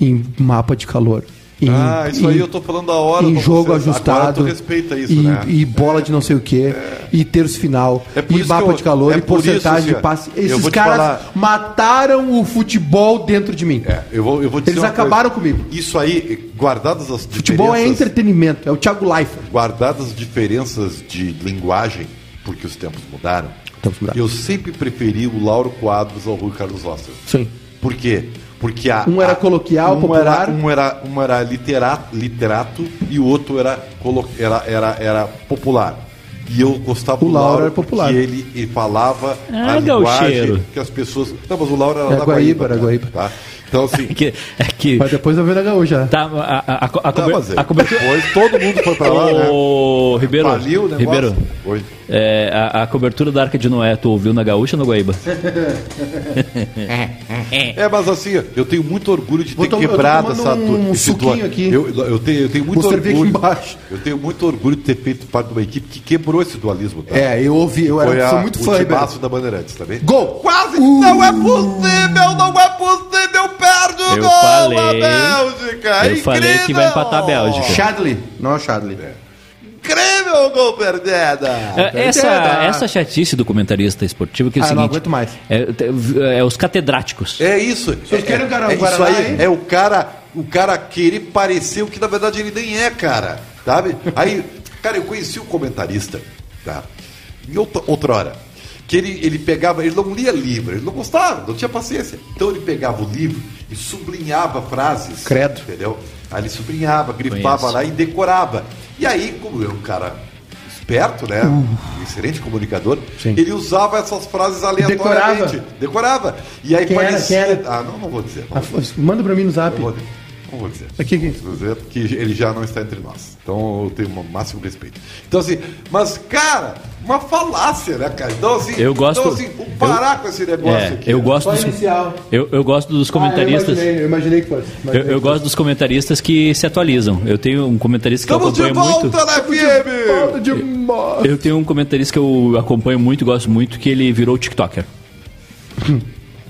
Speaker 4: em mapa de calor. em-
Speaker 1: Ah, isso aí
Speaker 4: em-
Speaker 1: eu tô falando a hora.
Speaker 4: em
Speaker 1: com
Speaker 4: jogo
Speaker 1: vocês. Agora
Speaker 4: ajustado
Speaker 1: tu respeita isso,
Speaker 4: e,
Speaker 1: né?
Speaker 4: e bola de não sei o que e terço final
Speaker 1: É por
Speaker 4: e
Speaker 1: isso que
Speaker 4: mapa
Speaker 1: eu-
Speaker 4: de calor
Speaker 1: é
Speaker 4: e
Speaker 1: por
Speaker 4: porcentagem
Speaker 1: isso,
Speaker 4: de passe
Speaker 1: Cia, eu
Speaker 4: esses
Speaker 1: vou te
Speaker 4: caras
Speaker 1: falar-
Speaker 4: mataram o futebol dentro de mim
Speaker 1: É, eu vou, eu vou dizer
Speaker 4: Eles
Speaker 1: uma
Speaker 4: acabaram
Speaker 1: coisa.
Speaker 4: comigo.
Speaker 1: Isso aí, guardadas as
Speaker 4: futebol é
Speaker 1: diferenças-
Speaker 4: entretenimento é o Thiago Leifert
Speaker 1: Guardadas as diferenças de linguagem, porque os tempos mudaram,
Speaker 4: Tempos mudaram.
Speaker 1: eu sempre preferi o Lauro Quadros ao Rui Carlos Osser.
Speaker 4: sim
Speaker 1: Por quê? Porque a,
Speaker 4: Um era
Speaker 1: a-
Speaker 4: coloquial,
Speaker 1: um
Speaker 4: popular.
Speaker 1: Era, um era, um era literato, literato e o outro era, colo- era, era, era popular. E eu gostava
Speaker 4: O Lauro era
Speaker 1: porque
Speaker 4: popular.
Speaker 1: ele, ele falava
Speaker 3: Ah,
Speaker 1: a linguagem
Speaker 3: gaucheiro.
Speaker 1: que as pessoas... Não, mas o Lauro era
Speaker 4: É
Speaker 1: da
Speaker 4: Guaíba,
Speaker 1: Guaíba.
Speaker 4: era
Speaker 1: cara,
Speaker 4: Guaíba.
Speaker 1: Tá? Então, assim...
Speaker 3: É que. É que
Speaker 4: mas depois eu vejo na gaúcha né?
Speaker 3: tá, a, a, a, a,
Speaker 1: não,
Speaker 3: cober-
Speaker 1: mas é,
Speaker 3: a cobertura.
Speaker 1: Depois todo mundo foi pra lá, né?
Speaker 3: Ô, Ribeiro.
Speaker 1: Faliu o negócio.
Speaker 3: Ribeiro.
Speaker 1: Oi.
Speaker 3: é, a, a cobertura da Arca de Noé, tu ouviu na Gaúcha ou no Guaíba?
Speaker 1: É, mas assim, eu tenho muito orgulho de
Speaker 4: Vou
Speaker 1: ter
Speaker 4: tom- eu tô
Speaker 1: quebrado
Speaker 4: tomando
Speaker 1: essa tu-
Speaker 4: um
Speaker 1: esse
Speaker 4: suquinho
Speaker 1: tua-
Speaker 4: aqui.
Speaker 1: Eu, eu tenho, eu tenho muito
Speaker 4: Vou servir aqui
Speaker 1: orgulho.
Speaker 4: embaixo.
Speaker 1: Eu tenho muito orgulho de ter feito parte de uma equipe que quebrou esse dualismo. Tá?
Speaker 4: é eu ouvi eu
Speaker 1: Foi
Speaker 4: era,
Speaker 1: a,
Speaker 4: sou muito fã
Speaker 1: o
Speaker 4: Ribeiro.
Speaker 1: timaço da Bandeirantes, tá bem?
Speaker 4: gol Uh!
Speaker 1: Quase! Não é possível, não é possível, perde o
Speaker 3: Eu
Speaker 1: gol
Speaker 3: falei-
Speaker 1: a Bélgica!
Speaker 3: eu falei que vai empatar a Bélgica.
Speaker 4: Chadley não é o Chadley
Speaker 1: Incrível o gol perdida!
Speaker 4: então
Speaker 3: É, Essa, essa chatice do comentarista esportivo que é o
Speaker 4: Ah, eu
Speaker 3: seguinte.
Speaker 4: não aguento mais.
Speaker 3: É, é os catedráticos.
Speaker 1: É isso.
Speaker 4: Vocês
Speaker 1: é,
Speaker 4: querem um o Guaraná,
Speaker 1: é isso
Speaker 4: Guaraná,
Speaker 1: aí.
Speaker 4: hein?
Speaker 1: É o cara, o cara querer parecer o que na verdade ele nem é, cara. Sabe? Aí, cara, eu conheci um comentarista, tá? Em outra, outra hora. Que ele, ele pegava, ele não lia livro, ele não gostava, não tinha paciência. Então ele pegava o livro e sublinhava frases.
Speaker 4: Credo.
Speaker 1: Entendeu? Aí ele sublinhava, grifava lá e decorava. E aí, como é um cara esperto, né? Um excelente comunicador,
Speaker 4: Sim.
Speaker 1: ele usava essas frases aleatoriamente.
Speaker 4: Decorava.
Speaker 1: Decorava. E aí
Speaker 4: Quem era,
Speaker 1: parecia.
Speaker 4: quem era?
Speaker 1: Ah, não, não vou dizer. Não,
Speaker 4: Ah,
Speaker 1: vou,
Speaker 4: f- manda pra mim no zap
Speaker 1: não vou dizer. Não vou dizer.
Speaker 4: Aqui, aqui.
Speaker 1: Não vou dizer porque ele já não está entre nós. Então eu tenho o máximo respeito. Então, assim, mas, cara, uma falácia, né, cara? Então, assim,
Speaker 3: Eu gosto-
Speaker 1: então, assim o parar com esse negócio
Speaker 3: É,
Speaker 1: aqui.
Speaker 3: eu gosto
Speaker 4: Só
Speaker 3: dos,
Speaker 4: inicial.
Speaker 3: eu, eu gosto dos comentaristas.
Speaker 4: Ah, eu, imaginei, eu imaginei que fosse é.
Speaker 3: Eu, eu gosto dos comentaristas que se atualizam. Eu tenho um comentarista que
Speaker 1: Estamos
Speaker 3: eu
Speaker 1: de
Speaker 3: acompanho
Speaker 1: volta
Speaker 3: muito.
Speaker 1: na FM!
Speaker 4: Falta de mo-
Speaker 3: Eu tenho um comentarista que eu acompanho muito, gosto muito, que ele virou TikToker.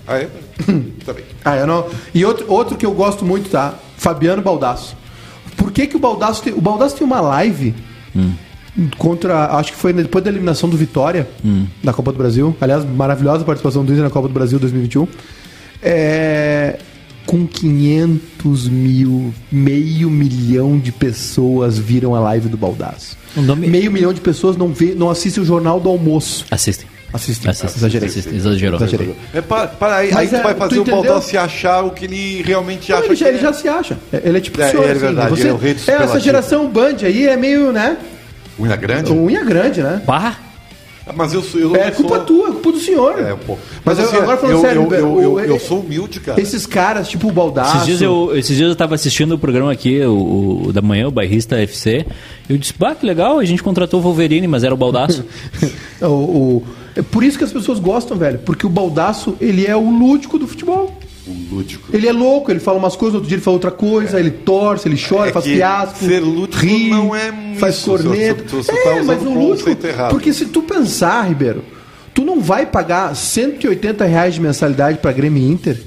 Speaker 1: Aí, tá bem.
Speaker 4: Ah, eu não. E outro, outro que eu gosto muito, tá? Fabiano Baldasso. Por que, que o Baldasso tem. O Baldasso tem uma live contra. Acho que foi depois da eliminação do Vitória na Copa do Brasil. Aliás, maravilhosa participação do Inter na Copa do Brasil 2021. É, com 500 mil, meio milhão de pessoas viram a live do Baldaço.
Speaker 3: O nome-
Speaker 4: Meio milhão de pessoas não, vê, não assiste o Jornal do Almoço.
Speaker 3: Assistem.
Speaker 4: Assistem.
Speaker 3: Assistem,
Speaker 4: Exagerei.
Speaker 3: assistem, exagerou.
Speaker 4: Exagerei.
Speaker 1: É para, para aí,
Speaker 4: Mas
Speaker 1: aí
Speaker 4: é,
Speaker 1: tu vai
Speaker 4: tu
Speaker 1: fazer o
Speaker 4: entendeu?
Speaker 1: Baldão se achar o que ele realmente
Speaker 4: Não,
Speaker 1: acha
Speaker 4: ele, já,
Speaker 1: que
Speaker 4: ele
Speaker 1: é.
Speaker 4: já se acha. É- Ele é tipo
Speaker 1: É,
Speaker 4: o senhor,
Speaker 1: é verdade,
Speaker 4: Você,
Speaker 1: ele é o rei do
Speaker 4: é, essa
Speaker 1: superlativo.
Speaker 4: geração Band aí é meio, né?
Speaker 1: é Unha grande?
Speaker 4: Unha grande, né?
Speaker 3: Pá!
Speaker 1: Mas eu sou. Eu
Speaker 4: É
Speaker 1: não
Speaker 4: culpa
Speaker 1: sou...
Speaker 4: tua, é culpa do senhor.
Speaker 1: É, pô.
Speaker 4: Mas, eu-
Speaker 1: assim,
Speaker 4: agora falando
Speaker 1: eu,
Speaker 4: sério,
Speaker 1: eu, eu,
Speaker 4: o-
Speaker 1: eu, eu
Speaker 4: ele-
Speaker 1: sou humilde, cara.
Speaker 4: esses caras, tipo o Baldaço.
Speaker 3: Esses dias, eu, esses dias eu tava assistindo o programa aqui, o, o da manhã, o Bairrista FC. Eu disse, bah, que legal, a gente contratou o Wolverine, mas era o Baldaço.
Speaker 4: O, o- é por isso que as pessoas gostam, velho. Porque o Baldaço, ele é o lúdico do futebol.
Speaker 1: O lúdico.
Speaker 4: Ele é louco, ele fala umas coisas, outro dia ele fala outra coisa, ele torce, ele chora,
Speaker 1: É
Speaker 4: faz
Speaker 1: que
Speaker 4: fiasco,
Speaker 1: ser lúdico não é
Speaker 4: faz
Speaker 1: isso,
Speaker 4: corneta.
Speaker 1: você- você tá
Speaker 4: é, mas
Speaker 1: usando
Speaker 4: o
Speaker 1: o
Speaker 4: lúdico,
Speaker 1: conceito errado.
Speaker 4: porque se tu pensar, Ribeiro, tu não vai pagar 180 reais de mensalidade pra Grêmio e Inter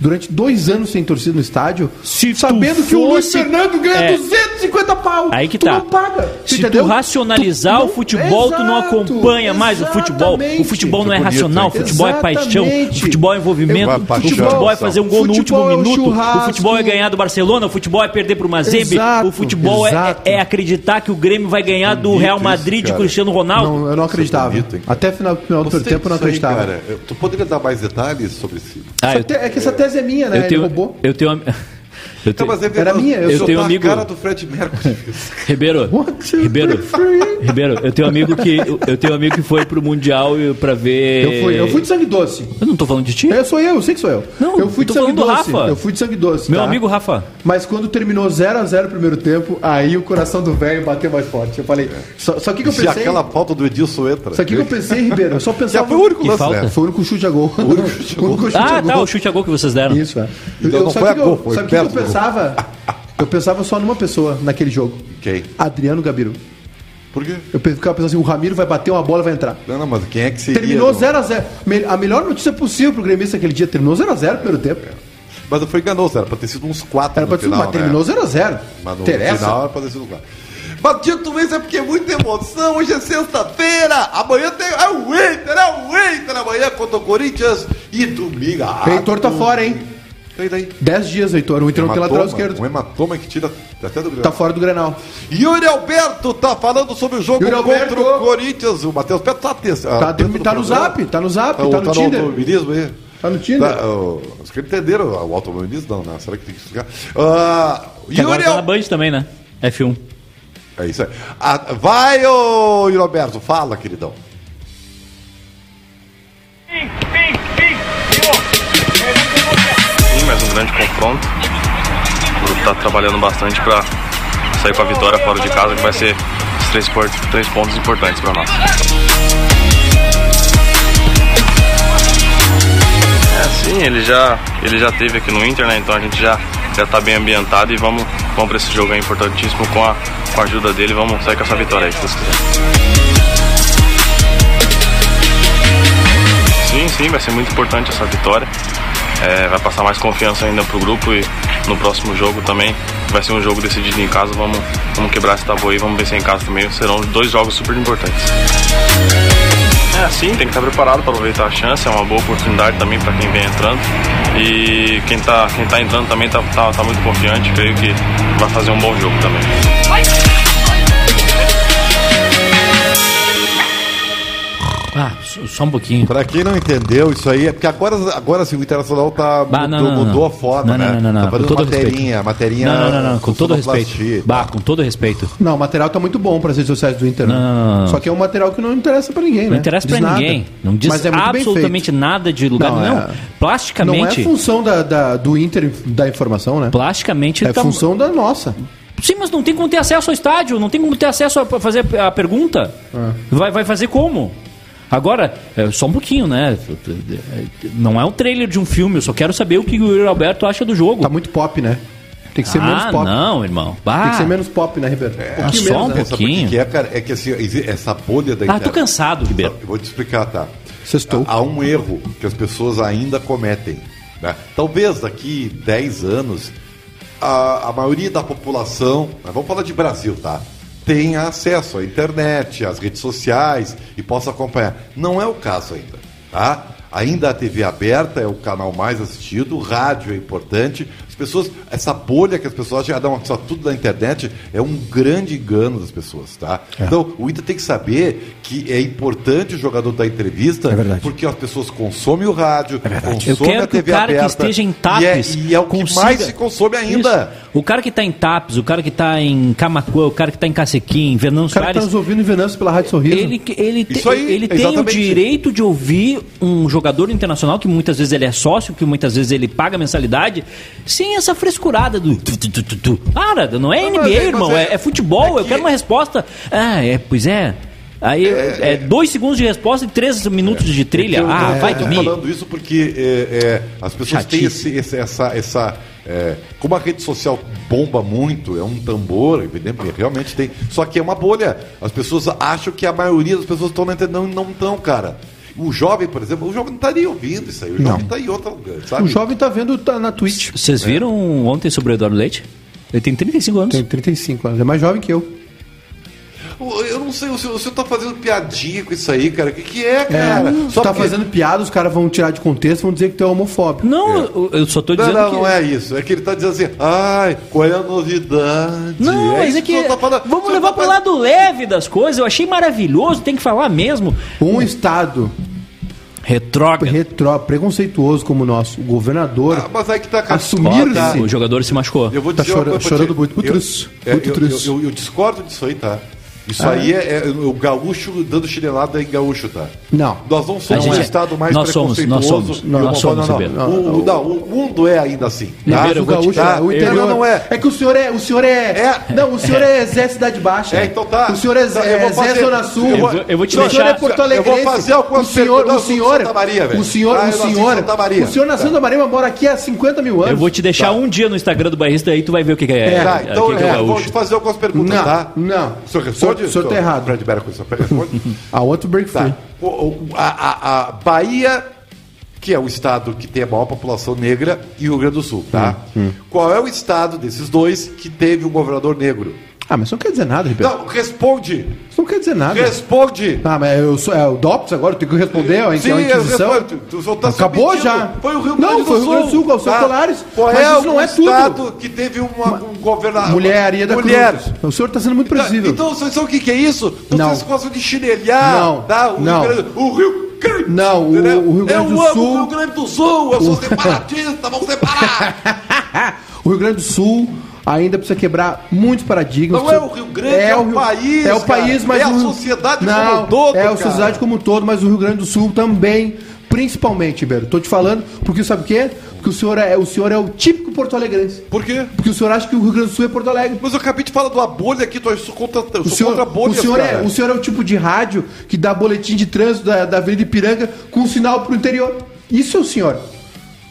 Speaker 4: durante dois anos sem torcida no estádio,
Speaker 3: Se tu
Speaker 4: sabendo que o Luiz
Speaker 3: fosse-
Speaker 4: Fernando ganha
Speaker 3: É.
Speaker 4: 250 pau.
Speaker 3: Aí que
Speaker 4: tu
Speaker 3: tá.
Speaker 4: não paga.
Speaker 3: Se
Speaker 4: entendeu?
Speaker 3: tu racionalizar
Speaker 4: Tu
Speaker 3: o
Speaker 4: não-
Speaker 3: futebol, tu não
Speaker 4: Exato,
Speaker 3: acompanha mais o futebol. O futebol não é
Speaker 1: Que bonito, né?
Speaker 3: racional, o
Speaker 1: hein?
Speaker 3: futebol é paixão, o
Speaker 4: Exatamente.
Speaker 3: futebol é envolvimento,
Speaker 1: É
Speaker 3: o futebol,
Speaker 1: paixão.
Speaker 3: é fazer um gol no
Speaker 4: Futebol
Speaker 3: último
Speaker 4: é um
Speaker 3: minuto, o
Speaker 4: churrasco.
Speaker 3: futebol é ganhar do Barcelona, o futebol é perder pro Mazembe,
Speaker 4: Exato,
Speaker 3: o futebol é-
Speaker 4: exato.
Speaker 3: É, é acreditar que o Grêmio vai ganhar do
Speaker 1: Bonito
Speaker 3: Real
Speaker 1: isso,
Speaker 3: Madrid de
Speaker 1: cara.
Speaker 3: Cristiano Ronaldo.
Speaker 4: Não, eu não acreditava.
Speaker 1: bonito, hein?
Speaker 4: Até final, final do
Speaker 1: Você
Speaker 4: primeiro tempo eu não
Speaker 1: isso aí,
Speaker 4: acreditava.
Speaker 1: cara, eu- tu poderia dar mais detalhes sobre isso?
Speaker 3: Ah,
Speaker 4: Essa
Speaker 3: eu,
Speaker 4: te- É que essa tese é minha, né?
Speaker 3: eu tenho,
Speaker 4: Ele roubou. Então,
Speaker 3: eu tenho, am- eu
Speaker 1: Não,
Speaker 3: tenho-
Speaker 1: mas é
Speaker 4: Era minha, eu
Speaker 1: eu tenho
Speaker 3: sou- tenho um amigo-
Speaker 1: a cara do Fred Mercury.
Speaker 3: Ribeiro,
Speaker 4: What you
Speaker 3: Ribeiro,
Speaker 4: prefer?
Speaker 3: Ribeiro, eu tenho um amigo que eu- eu tenho um amigo que foi pro mundial e- pra
Speaker 1: É.
Speaker 3: ver.
Speaker 4: Eu fui, eu fui Tá. de sangue doce.
Speaker 3: Eu não tô falando de ti.
Speaker 4: Eu sou eu, eu sei que sou eu.
Speaker 3: Não,
Speaker 4: eu fui de
Speaker 3: eu tô
Speaker 4: sangue
Speaker 3: falando do
Speaker 4: doce.
Speaker 3: Rafa.
Speaker 4: Eu fui de sangue doce.
Speaker 3: Meu
Speaker 4: tá?
Speaker 3: amigo Rafa.
Speaker 4: Mas quando terminou 0 a 0 o primeiro tempo, aí o coração do velho bateu mais forte. Eu falei, só, só que que eu
Speaker 1: Se
Speaker 4: pensei.
Speaker 1: aquela falta do Edilson entra.
Speaker 4: Só que que eu pensei, Ribeiro, eu só
Speaker 1: Já
Speaker 4: pensava.
Speaker 1: foi o único
Speaker 3: Que
Speaker 1: lance,
Speaker 3: falta.
Speaker 1: né?
Speaker 4: Foi o único chute a gol. O
Speaker 1: único chute a gol.
Speaker 4: único chute
Speaker 3: Ah,
Speaker 4: a
Speaker 3: tá,
Speaker 4: gol.
Speaker 3: o chute a gol que vocês deram.
Speaker 4: Isso, é.
Speaker 1: Então não
Speaker 4: só
Speaker 1: foi
Speaker 4: que
Speaker 1: a
Speaker 4: eu-
Speaker 1: gol, foi
Speaker 4: Sabe o que que eu
Speaker 1: perto do gol.
Speaker 4: pensava? Eu pensava só numa pessoa naquele jogo.
Speaker 1: Quem?
Speaker 4: Adriano Gabiru.
Speaker 1: Por quê?
Speaker 4: Eu pe- ficava pensando assim, o Ramiro vai bater uma bola e vai entrar.
Speaker 1: Não, não, mas quem é que seria?
Speaker 4: Terminou
Speaker 1: não?
Speaker 4: 0x0. A, melhor notícia possível pro gremista aquele dia. Terminou 0x0 no primeiro tempo.
Speaker 1: Mas eu fui enganoso, era pra ter sido uns quatro
Speaker 4: Era pra
Speaker 1: no
Speaker 4: tudo,
Speaker 1: final,
Speaker 4: mas
Speaker 1: né?
Speaker 4: terminou 0x0.
Speaker 1: Mas no
Speaker 4: Interessa.
Speaker 1: final era pra ter sido uns quatro. Mas dito isso é porque é muita emoção, hoje é sexta-feira, amanhã tem... É o Inter, é o Inter, amanhã contra o Corinthians e domingo... Ah,
Speaker 4: Heitor tá
Speaker 1: domingo.
Speaker 4: fora, hein?
Speaker 1: E daí?
Speaker 4: 10 dias, Heitor. O Inter não tem lateral esquerdo.
Speaker 1: Um hematoma que tira até do
Speaker 4: Tá fora do Grenal.
Speaker 1: Yuri Alberto tá falando sobre o jogo
Speaker 4: Yuri
Speaker 1: contra
Speaker 4: Alberto.
Speaker 1: o Corinthians. O Matheus Pedro tá atenção.
Speaker 4: Tá, dentro- tá no zap, tá no zap, tá, no Tinder.
Speaker 1: Ah, automobilismo aí.
Speaker 4: Tá no Tinder.
Speaker 1: ó, os que entenderam o automobilismo, não, né? Será que tem que explicar? Ah,
Speaker 3: Que agora
Speaker 1: Yuri
Speaker 4: é
Speaker 3: tá na
Speaker 1: Alberto.
Speaker 3: Band também, né? F1.
Speaker 1: É isso aí. Ah, vai, ô Yuri Alberto, fala, queridão.
Speaker 6: Sim, mais um grande confronto. O grupo está trabalhando bastante para sair com a vitória fora de casa, que vai ser os três, por- três pontos importantes para nós. É, sim, ele já, ele já teve aqui no Inter, né? Então a gente já já está bem ambientado e vamos, vamos para esse jogo aí importantíssimo com a, com a ajuda dele. Vamos sair com essa vitória aí, se Deus quiser. Sim, sim, vai ser muito importante essa vitória. É, vai passar mais confiança ainda pro grupo e no próximo jogo também vai ser um jogo decidido em casa. Vamos, vamos quebrar esse tabu aí, vamos vencer em casa também. Serão dois jogos super importantes. É, sim, tem que estar preparado para aproveitar a chance, é uma boa oportunidade também para quem vem entrando. E quem tá, quem tá entrando também tá, tá, tá muito confiante, creio que vai fazer um bom jogo também.
Speaker 3: Ah, só só um pouquinho.
Speaker 1: Pra quem não entendeu isso aí, é porque agora, agora assim, o Internacional tá,
Speaker 3: Bah, não,
Speaker 1: mudou,
Speaker 3: não, não.
Speaker 1: mudou a forma,
Speaker 3: Não, não,
Speaker 1: né?
Speaker 3: não, não, não.
Speaker 1: Tá fazendo
Speaker 3: Com todo
Speaker 1: materinha, materinha...
Speaker 3: Não, não, não, não, com todo
Speaker 1: sonoplastia.
Speaker 3: respeito. Bah, com todo respeito.
Speaker 4: Não, o material tá muito bom para as redes sociais do Inter. né?
Speaker 3: Não, não, não, não.
Speaker 4: Só que é um material que não interessa para ninguém, né?
Speaker 3: Não interessa
Speaker 4: Diz
Speaker 3: pra
Speaker 4: nada.
Speaker 3: ninguém. Não diz
Speaker 4: Mas é muito bem
Speaker 3: absolutamente nada de lugar.
Speaker 4: Não,
Speaker 3: Não,
Speaker 4: é- Não é
Speaker 3: plasticamente.
Speaker 4: função da, da- do Inter da informação, né?
Speaker 3: Plasticamente
Speaker 4: É
Speaker 3: tá-
Speaker 4: função da nossa.
Speaker 3: Sim, mas não tem como ter acesso ao estádio, não tem como ter acesso a pra fazer a pergunta.
Speaker 4: É.
Speaker 3: Vai, vai fazer como? Agora, é, só um pouquinho, né? Não é um trailer de um filme, eu só quero saber o que o Yuri Alberto acha do jogo.
Speaker 4: Tá muito pop, né? Tem que ser
Speaker 3: ah,
Speaker 4: menos pop.
Speaker 3: não, irmão. Bah.
Speaker 4: Tem que ser menos pop, né, Ribeiro? Um
Speaker 3: Ah,
Speaker 4: pouquinho
Speaker 3: só
Speaker 4: menos,
Speaker 3: um
Speaker 4: né?
Speaker 1: Sabe por que
Speaker 3: pouquinho.
Speaker 1: que é, cara? É que assim, exi- essa bolha da
Speaker 3: Ah,
Speaker 1: internet-
Speaker 3: tô cansado, Ribeiro.
Speaker 1: Eu vou te explicar, tá?
Speaker 4: Sextou.
Speaker 1: Há um erro que as pessoas ainda cometem. né? Talvez daqui 10 anos, a, a maioria da população. mas Vamos falar de Brasil, tá? tenha acesso à internet, às redes sociais e possa acompanhar. Não é o caso ainda, tá? Ainda a TV aberta é o canal mais assistido, o rádio é importante. As pessoas, essa bolha que as pessoas já dão só tudo na internet é um grande engano das pessoas, tá?
Speaker 7: É.
Speaker 1: Então, o Inter tem que saber que é importante o jogador da entrevista,
Speaker 7: É verdade. É
Speaker 1: porque as pessoas consomem o rádio, consomem
Speaker 3: Eu quero
Speaker 1: a
Speaker 3: que o
Speaker 1: TV
Speaker 3: cara que
Speaker 1: aberta.
Speaker 3: esteja em
Speaker 1: e é,
Speaker 3: TAPES
Speaker 1: e é o que
Speaker 3: consiga-
Speaker 1: mais se consome ainda.
Speaker 3: Isso. O cara que tá em TAPES, o cara que tá em Camacuã, o cara que tá em Cacequim, em Venâncio
Speaker 4: O cara tá
Speaker 3: Soares,
Speaker 4: nos ouvindo em Venâncio pela Rádio Sorriso.
Speaker 3: ele, ele, te-
Speaker 1: Isso aí,
Speaker 3: ele tem o
Speaker 1: exatamente.
Speaker 3: direito de ouvir um jogador internacional, que muitas vezes ele é sócio, que muitas vezes ele paga mensalidade, sem essa frescurada do. Tu, tu, tu, tu, tu. Para, não é
Speaker 1: Não,
Speaker 3: NBA,
Speaker 1: mas é- mas
Speaker 3: irmão,
Speaker 1: é-
Speaker 3: é, é futebol,
Speaker 1: é
Speaker 3: eu
Speaker 1: que-
Speaker 3: quero uma resposta. Ah, é, pois é. Aí é, dois segundos de resposta e três minutos de trilha.
Speaker 1: É Eu-
Speaker 3: ah,
Speaker 1: eu-
Speaker 3: vai
Speaker 1: eu tô
Speaker 3: dormir.
Speaker 1: falando isso porque é, é, as pessoas têm esse, esse- essa. essa é, como a rede social bomba muito, é um tambor, evidentemente, realmente tem. Só que é uma bolha. As pessoas acham que a maioria das pessoas estão na internet e não estão, cara. O jovem, por exemplo, o jovem não estaria ouvindo isso aí. O jovem está em outro lugar, sabe?
Speaker 4: O jovem tá vendo tá na Twitch.
Speaker 1: É.
Speaker 3: Vocês viram ontem sobre o Eduardo Leite? Ele tem 35 anos.
Speaker 4: Tem 35 anos, é mais jovem que eu.
Speaker 1: Eu eu não sei, o senhor, o senhor tá fazendo piadinha com isso aí, cara. O que, que é, cara?
Speaker 4: É, só tá
Speaker 1: porque-
Speaker 4: fazendo piada, os caras vão tirar de contexto, vão dizer que tu é homofóbico.
Speaker 3: Não, eu- eu só tô
Speaker 1: Não,
Speaker 3: dizendo
Speaker 1: não,
Speaker 3: que...
Speaker 1: não é isso. É que ele tá dizendo assim, ai, qual é a novidade?
Speaker 3: Não, mas é
Speaker 1: isso o
Speaker 3: que
Speaker 1: senhor tá falando. O
Speaker 3: vamos
Speaker 1: senhor
Speaker 3: levar
Speaker 1: tá
Speaker 3: pro lado leve das coisas. Eu achei maravilhoso, tem que falar mesmo.
Speaker 1: Hum.
Speaker 4: Um estado
Speaker 3: Retrógrado.
Speaker 4: retró, preconceituoso como o nosso, o governador
Speaker 1: Ah, mas aí que tá
Speaker 4: Assumir-se.
Speaker 1: Ó, tá.
Speaker 3: O jogador se machucou.
Speaker 1: Eu vou
Speaker 4: Tá
Speaker 1: dizer uma
Speaker 4: chora-
Speaker 1: coisa pra
Speaker 4: chorando
Speaker 1: ti.
Speaker 4: muito, muito
Speaker 1: Eu-
Speaker 4: triste,
Speaker 1: é,
Speaker 4: muito Ah.
Speaker 1: eu-
Speaker 4: triste.
Speaker 1: Eu, eu- eu discordo disso aí, tá? Isso aí é, é o gaúcho dando chinelada em gaúcho, tá?
Speaker 4: Não.
Speaker 1: Nós não somos
Speaker 3: A
Speaker 1: um
Speaker 3: gente é-
Speaker 1: estado mais
Speaker 3: nós somos,
Speaker 1: preconceituoso.
Speaker 3: nós somos,
Speaker 1: e
Speaker 3: nós
Speaker 1: homofóbico.
Speaker 3: somos,
Speaker 1: não,
Speaker 3: Ribeiro.
Speaker 1: não, o, não, o mundo é ainda assim. tá?
Speaker 4: Mas
Speaker 3: eu
Speaker 4: o
Speaker 3: vou te
Speaker 4: gaúcho,
Speaker 1: dar-
Speaker 4: é, o
Speaker 1: eu-
Speaker 4: interior.
Speaker 1: não, não é.
Speaker 4: É que o senhor é, o senhor é,
Speaker 1: É.
Speaker 4: não, o senhor é Zé Cidade Baixa.
Speaker 1: É, então tá.
Speaker 4: O senhor é
Speaker 1: Então,
Speaker 4: Zé,
Speaker 1: eu vou
Speaker 4: Zé
Speaker 1: fazer-
Speaker 4: Zona Sul.
Speaker 1: eu
Speaker 3: vou- eu vou te
Speaker 4: O senhor
Speaker 3: deixar-
Speaker 4: é Porto
Speaker 1: eu
Speaker 4: Alegre.
Speaker 1: vou fazer algumas
Speaker 4: o senhor,
Speaker 1: perguntas
Speaker 4: o
Speaker 1: do
Speaker 4: senhor,
Speaker 1: Santa Maria, velho.
Speaker 4: o senhor,
Speaker 1: Ah, eu
Speaker 4: o
Speaker 1: nasci em
Speaker 4: senhor,
Speaker 1: Santa Maria.
Speaker 4: o senhor na Santa Maria mas mora aqui há 50 mil anos.
Speaker 3: Eu vou te deixar um dia no Instagram do Barrista aí tu vai ver o que, que é,
Speaker 4: É,
Speaker 1: Tá,
Speaker 3: o
Speaker 1: então
Speaker 3: que que é o
Speaker 1: Tá. é, vou te
Speaker 3: gaúcho.
Speaker 1: fazer algumas perguntas,
Speaker 4: Não,
Speaker 1: tá?
Speaker 4: não.
Speaker 1: O senhor
Speaker 4: O
Speaker 1: responde?
Speaker 4: senhor- o senhor tá errado.
Speaker 1: Fred Berco, o senhor responde?
Speaker 4: I want to break free.
Speaker 1: Tá. O- o- a, a- a Bahia, que é o estado que tem a maior população negra, e o Rio Grande do Sul, tá?
Speaker 4: Hum,
Speaker 1: Qual é o estado desses dois que teve um governador negro?
Speaker 4: Ah, mas isso não quer dizer nada, Ribeiro.
Speaker 1: Não, responde!
Speaker 4: Isso não quer dizer nada.
Speaker 1: Responde!
Speaker 4: Ah, mas eu sou, é o DOPS agora, eu tenho que responder ó, Então, a
Speaker 1: Sim,
Speaker 4: Inquisição.
Speaker 1: responde. Tu só tá
Speaker 4: Acabou
Speaker 1: submetido.
Speaker 4: já.
Speaker 1: Foi o Rio Grande
Speaker 4: Não,
Speaker 1: do Sul. tá?
Speaker 4: foi o Rio Grande do Sul, Galvão Colares.
Speaker 1: Qual
Speaker 4: Mas
Speaker 1: é
Speaker 4: isso
Speaker 1: o
Speaker 4: não é tudo.
Speaker 1: estado que teve uma, um governador...
Speaker 4: Mulher, Aria da
Speaker 1: Mulher.
Speaker 4: Cruz. Então, O senhor está sendo muito
Speaker 1: Tá,
Speaker 4: preciso.
Speaker 1: Então, vocês sabem o que, que é isso?
Speaker 4: Não.
Speaker 1: Vocês gostam de chinelhar,
Speaker 4: Não.
Speaker 1: tá? O
Speaker 4: Não.
Speaker 1: Rio Grande, o Rio Grande.
Speaker 4: Não, o-
Speaker 1: entendeu?
Speaker 4: o Rio Grande
Speaker 1: eu
Speaker 4: do
Speaker 1: amo
Speaker 4: Sul-
Speaker 1: o Rio Grande do Sul, eu sou separatista, vamos separar.
Speaker 4: O Rio Grande do Sul ainda precisa quebrar muitos paradigmas.
Speaker 1: Não é
Speaker 4: Precisa-
Speaker 1: o Rio Grande, é o
Speaker 4: Rio-
Speaker 1: país,
Speaker 4: É o
Speaker 1: cara.
Speaker 4: país, mas
Speaker 1: É a
Speaker 4: o-
Speaker 1: sociedade como
Speaker 4: não,
Speaker 1: um todo,
Speaker 4: É a
Speaker 1: cara.
Speaker 4: sociedade como um todo, mas o Rio Grande do Sul também, principalmente, Ribeiro. Tô te falando, porque sabe o quê? Porque o senhor é o, senhor é o típico porto-alegrense.
Speaker 1: Por quê?
Speaker 4: Porque o senhor acha que o Rio Grande do Sul é Porto Alegre.
Speaker 1: Mas eu acabei de falar de uma bolha aqui, tô, eu sou contra, eu
Speaker 4: O
Speaker 1: sou
Speaker 4: senhor,
Speaker 1: contra bolha,
Speaker 4: o, senhor é,
Speaker 1: cara.
Speaker 4: o senhor é o tipo de rádio que dá boletim de trânsito da, da Avenida Ipiranga com sinal pro interior. Isso é o senhor.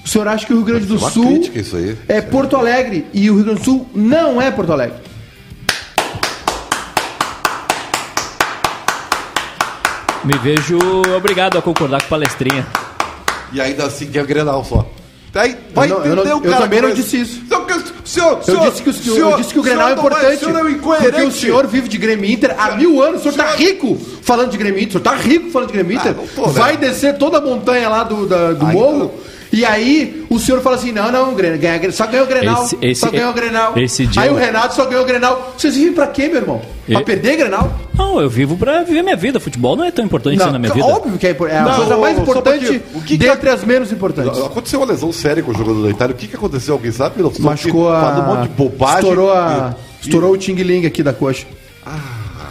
Speaker 4: O senhor acha que o Rio Grande do
Speaker 1: uma
Speaker 4: Sul
Speaker 1: crítica isso aí.
Speaker 4: é Porto Alegre e o Rio Grande do Sul não é Porto Alegre.
Speaker 3: Me vejo obrigado a concordar com palestrinha.
Speaker 1: E ainda assim quer Grenal só. Aí, vai
Speaker 4: Eu não- eu
Speaker 1: entender
Speaker 4: não-
Speaker 1: o cara.
Speaker 4: eu também
Speaker 1: que
Speaker 4: não
Speaker 1: vai-
Speaker 4: disse isso.
Speaker 1: Senhor, que- senhor,
Speaker 4: Eu
Speaker 1: senhor,
Speaker 4: disse que o, senhor,
Speaker 1: senhor,
Speaker 4: eu disse que o
Speaker 1: senhor
Speaker 4: Grenal é
Speaker 1: não vai-
Speaker 4: importante.
Speaker 1: o senhor é um incoerente.
Speaker 4: Porque o senhor vive de Grêmio Inter há mil anos. O senhor tá rico falando de Grêmio Inter. O senhor tá rico falando de Grêmio Inter.
Speaker 1: não tô, né?
Speaker 4: Vai descer toda a montanha lá do, da- do
Speaker 1: Ah,
Speaker 4: morro. E aí o senhor fala assim: não, não, Gre- ganha- ganha- só ganhou o Grenal.
Speaker 3: Esse- esse- é-
Speaker 4: só ganhou o Grenal.
Speaker 3: esse dia-
Speaker 4: Aí o Renato só ganhou o Grenal. Vocês vivem pra quê, meu irmão? Pra
Speaker 3: E-
Speaker 4: perder Grenal?
Speaker 3: Não, eu vivo pra viver minha vida. Futebol não é tão importante assim na
Speaker 1: tá
Speaker 3: minha vida.
Speaker 4: óbvio que é, impor- é a
Speaker 1: Não,
Speaker 4: coisa mais
Speaker 1: só um
Speaker 4: importante
Speaker 1: pouquinho. O que que
Speaker 4: dentre as menos importantes.
Speaker 1: Aconteceu uma lesão séria com o jogador da Itália. O que, que aconteceu? Alguém sabe? Não,
Speaker 4: Machucou a.
Speaker 1: Falou um monte de bobagem.
Speaker 4: Estourou, a...
Speaker 1: E- Ah,
Speaker 4: Estourou o ting-ling aqui da coxa.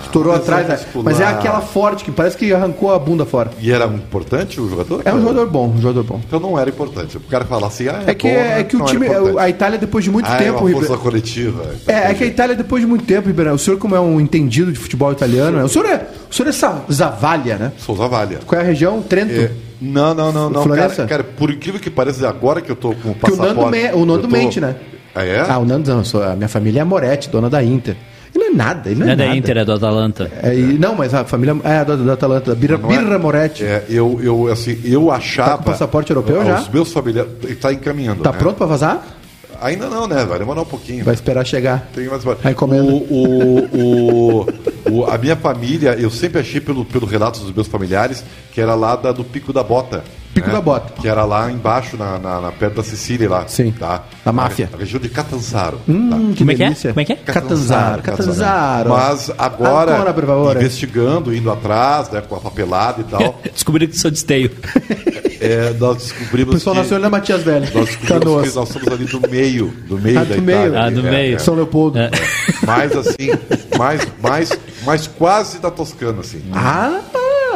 Speaker 4: Estourou
Speaker 1: lesão
Speaker 4: atrás, né?
Speaker 1: muscular.
Speaker 4: mas é aquela forte que parece que arrancou a bunda fora.
Speaker 1: E era importante o jogador?
Speaker 4: É um jogador bom, um jogador bom.
Speaker 1: Então não era importante. O cara falar assim, ah,
Speaker 4: É que,
Speaker 1: bom, né?
Speaker 4: é que o
Speaker 1: Não era
Speaker 4: time,
Speaker 1: importante.
Speaker 4: a Itália depois de muito
Speaker 1: ah, é
Speaker 4: tempo,
Speaker 1: uma força
Speaker 4: Ribeiro-
Speaker 1: coletiva.
Speaker 4: é, é que a Itália depois de muito tempo, Ribeirão. O senhor como é um entendido de futebol italiano, né? o senhor é, o senhor é Sa- Zavalha, né?
Speaker 1: Souza Valha.
Speaker 4: Qual é a região? Trento.
Speaker 1: É, não, não, não, não.
Speaker 4: Florença?
Speaker 1: Cara, cara, por incrível que pareça, agora que eu tô com o
Speaker 4: Porque o
Speaker 1: passaporte...
Speaker 4: Nando, me- o Nando
Speaker 1: eu tô-
Speaker 4: mente, né?
Speaker 1: Ah, é?
Speaker 4: Ah, o Nando não, eu sou- a minha família é Moretti, dona da Inter. Ele não é nada, ele não
Speaker 3: Não
Speaker 4: é,
Speaker 3: é da
Speaker 4: nada.
Speaker 3: Inter, é do Atalanta.
Speaker 4: É, e- não, mas a família é da, da Atalanta, da Birra,
Speaker 1: Não é?
Speaker 4: Birra Moretti.
Speaker 1: É, eu, eu, assim, eu achava...
Speaker 4: Tá passaporte europeu
Speaker 1: Ah,
Speaker 4: já?
Speaker 1: Os meus familiares... Ele tá encaminhando,
Speaker 4: Tá
Speaker 1: né?
Speaker 4: pronto pra vazar?
Speaker 1: Ainda não, né? Vai demorar um pouquinho.
Speaker 4: Vai esperar chegar.
Speaker 1: Tem umas... o,
Speaker 4: A encomenda.
Speaker 1: o, o, o- a minha família, eu sempre achei pelo, pelo relato dos meus familiares que era lá da- do Pico da Bota.
Speaker 4: Pico da Bota.
Speaker 1: Que era lá embaixo, na, na, na- perto da Sicília lá.
Speaker 4: Sim.
Speaker 1: Tá?
Speaker 4: Da máfia.
Speaker 1: A, região de Catanzaro. tá?
Speaker 3: Como é que é?
Speaker 4: Hum, delícia.
Speaker 3: Como é que é?
Speaker 4: Catanzaro. Catanzaro.
Speaker 1: Mas agora,
Speaker 4: Ancora, por favor.
Speaker 1: investigando, indo atrás, né, com a papelada e tal,
Speaker 3: Descobriram que sou de esteio.
Speaker 1: é, nós
Speaker 4: O
Speaker 1: descobrimos
Speaker 4: pessoal
Speaker 1: que...
Speaker 4: nasceu na Matias Velho.
Speaker 1: Nós descobrimos
Speaker 4: Canoas.
Speaker 1: que nós somos ali do meio, do meio
Speaker 4: Ah,
Speaker 1: da
Speaker 4: do meio.
Speaker 1: Itália.
Speaker 3: Ah, do
Speaker 1: É,
Speaker 3: meio.
Speaker 1: é.
Speaker 4: São Leopoldo.
Speaker 3: É.
Speaker 1: Mais assim, mais, mais, mais quase da Toscana, assim.
Speaker 4: Ah,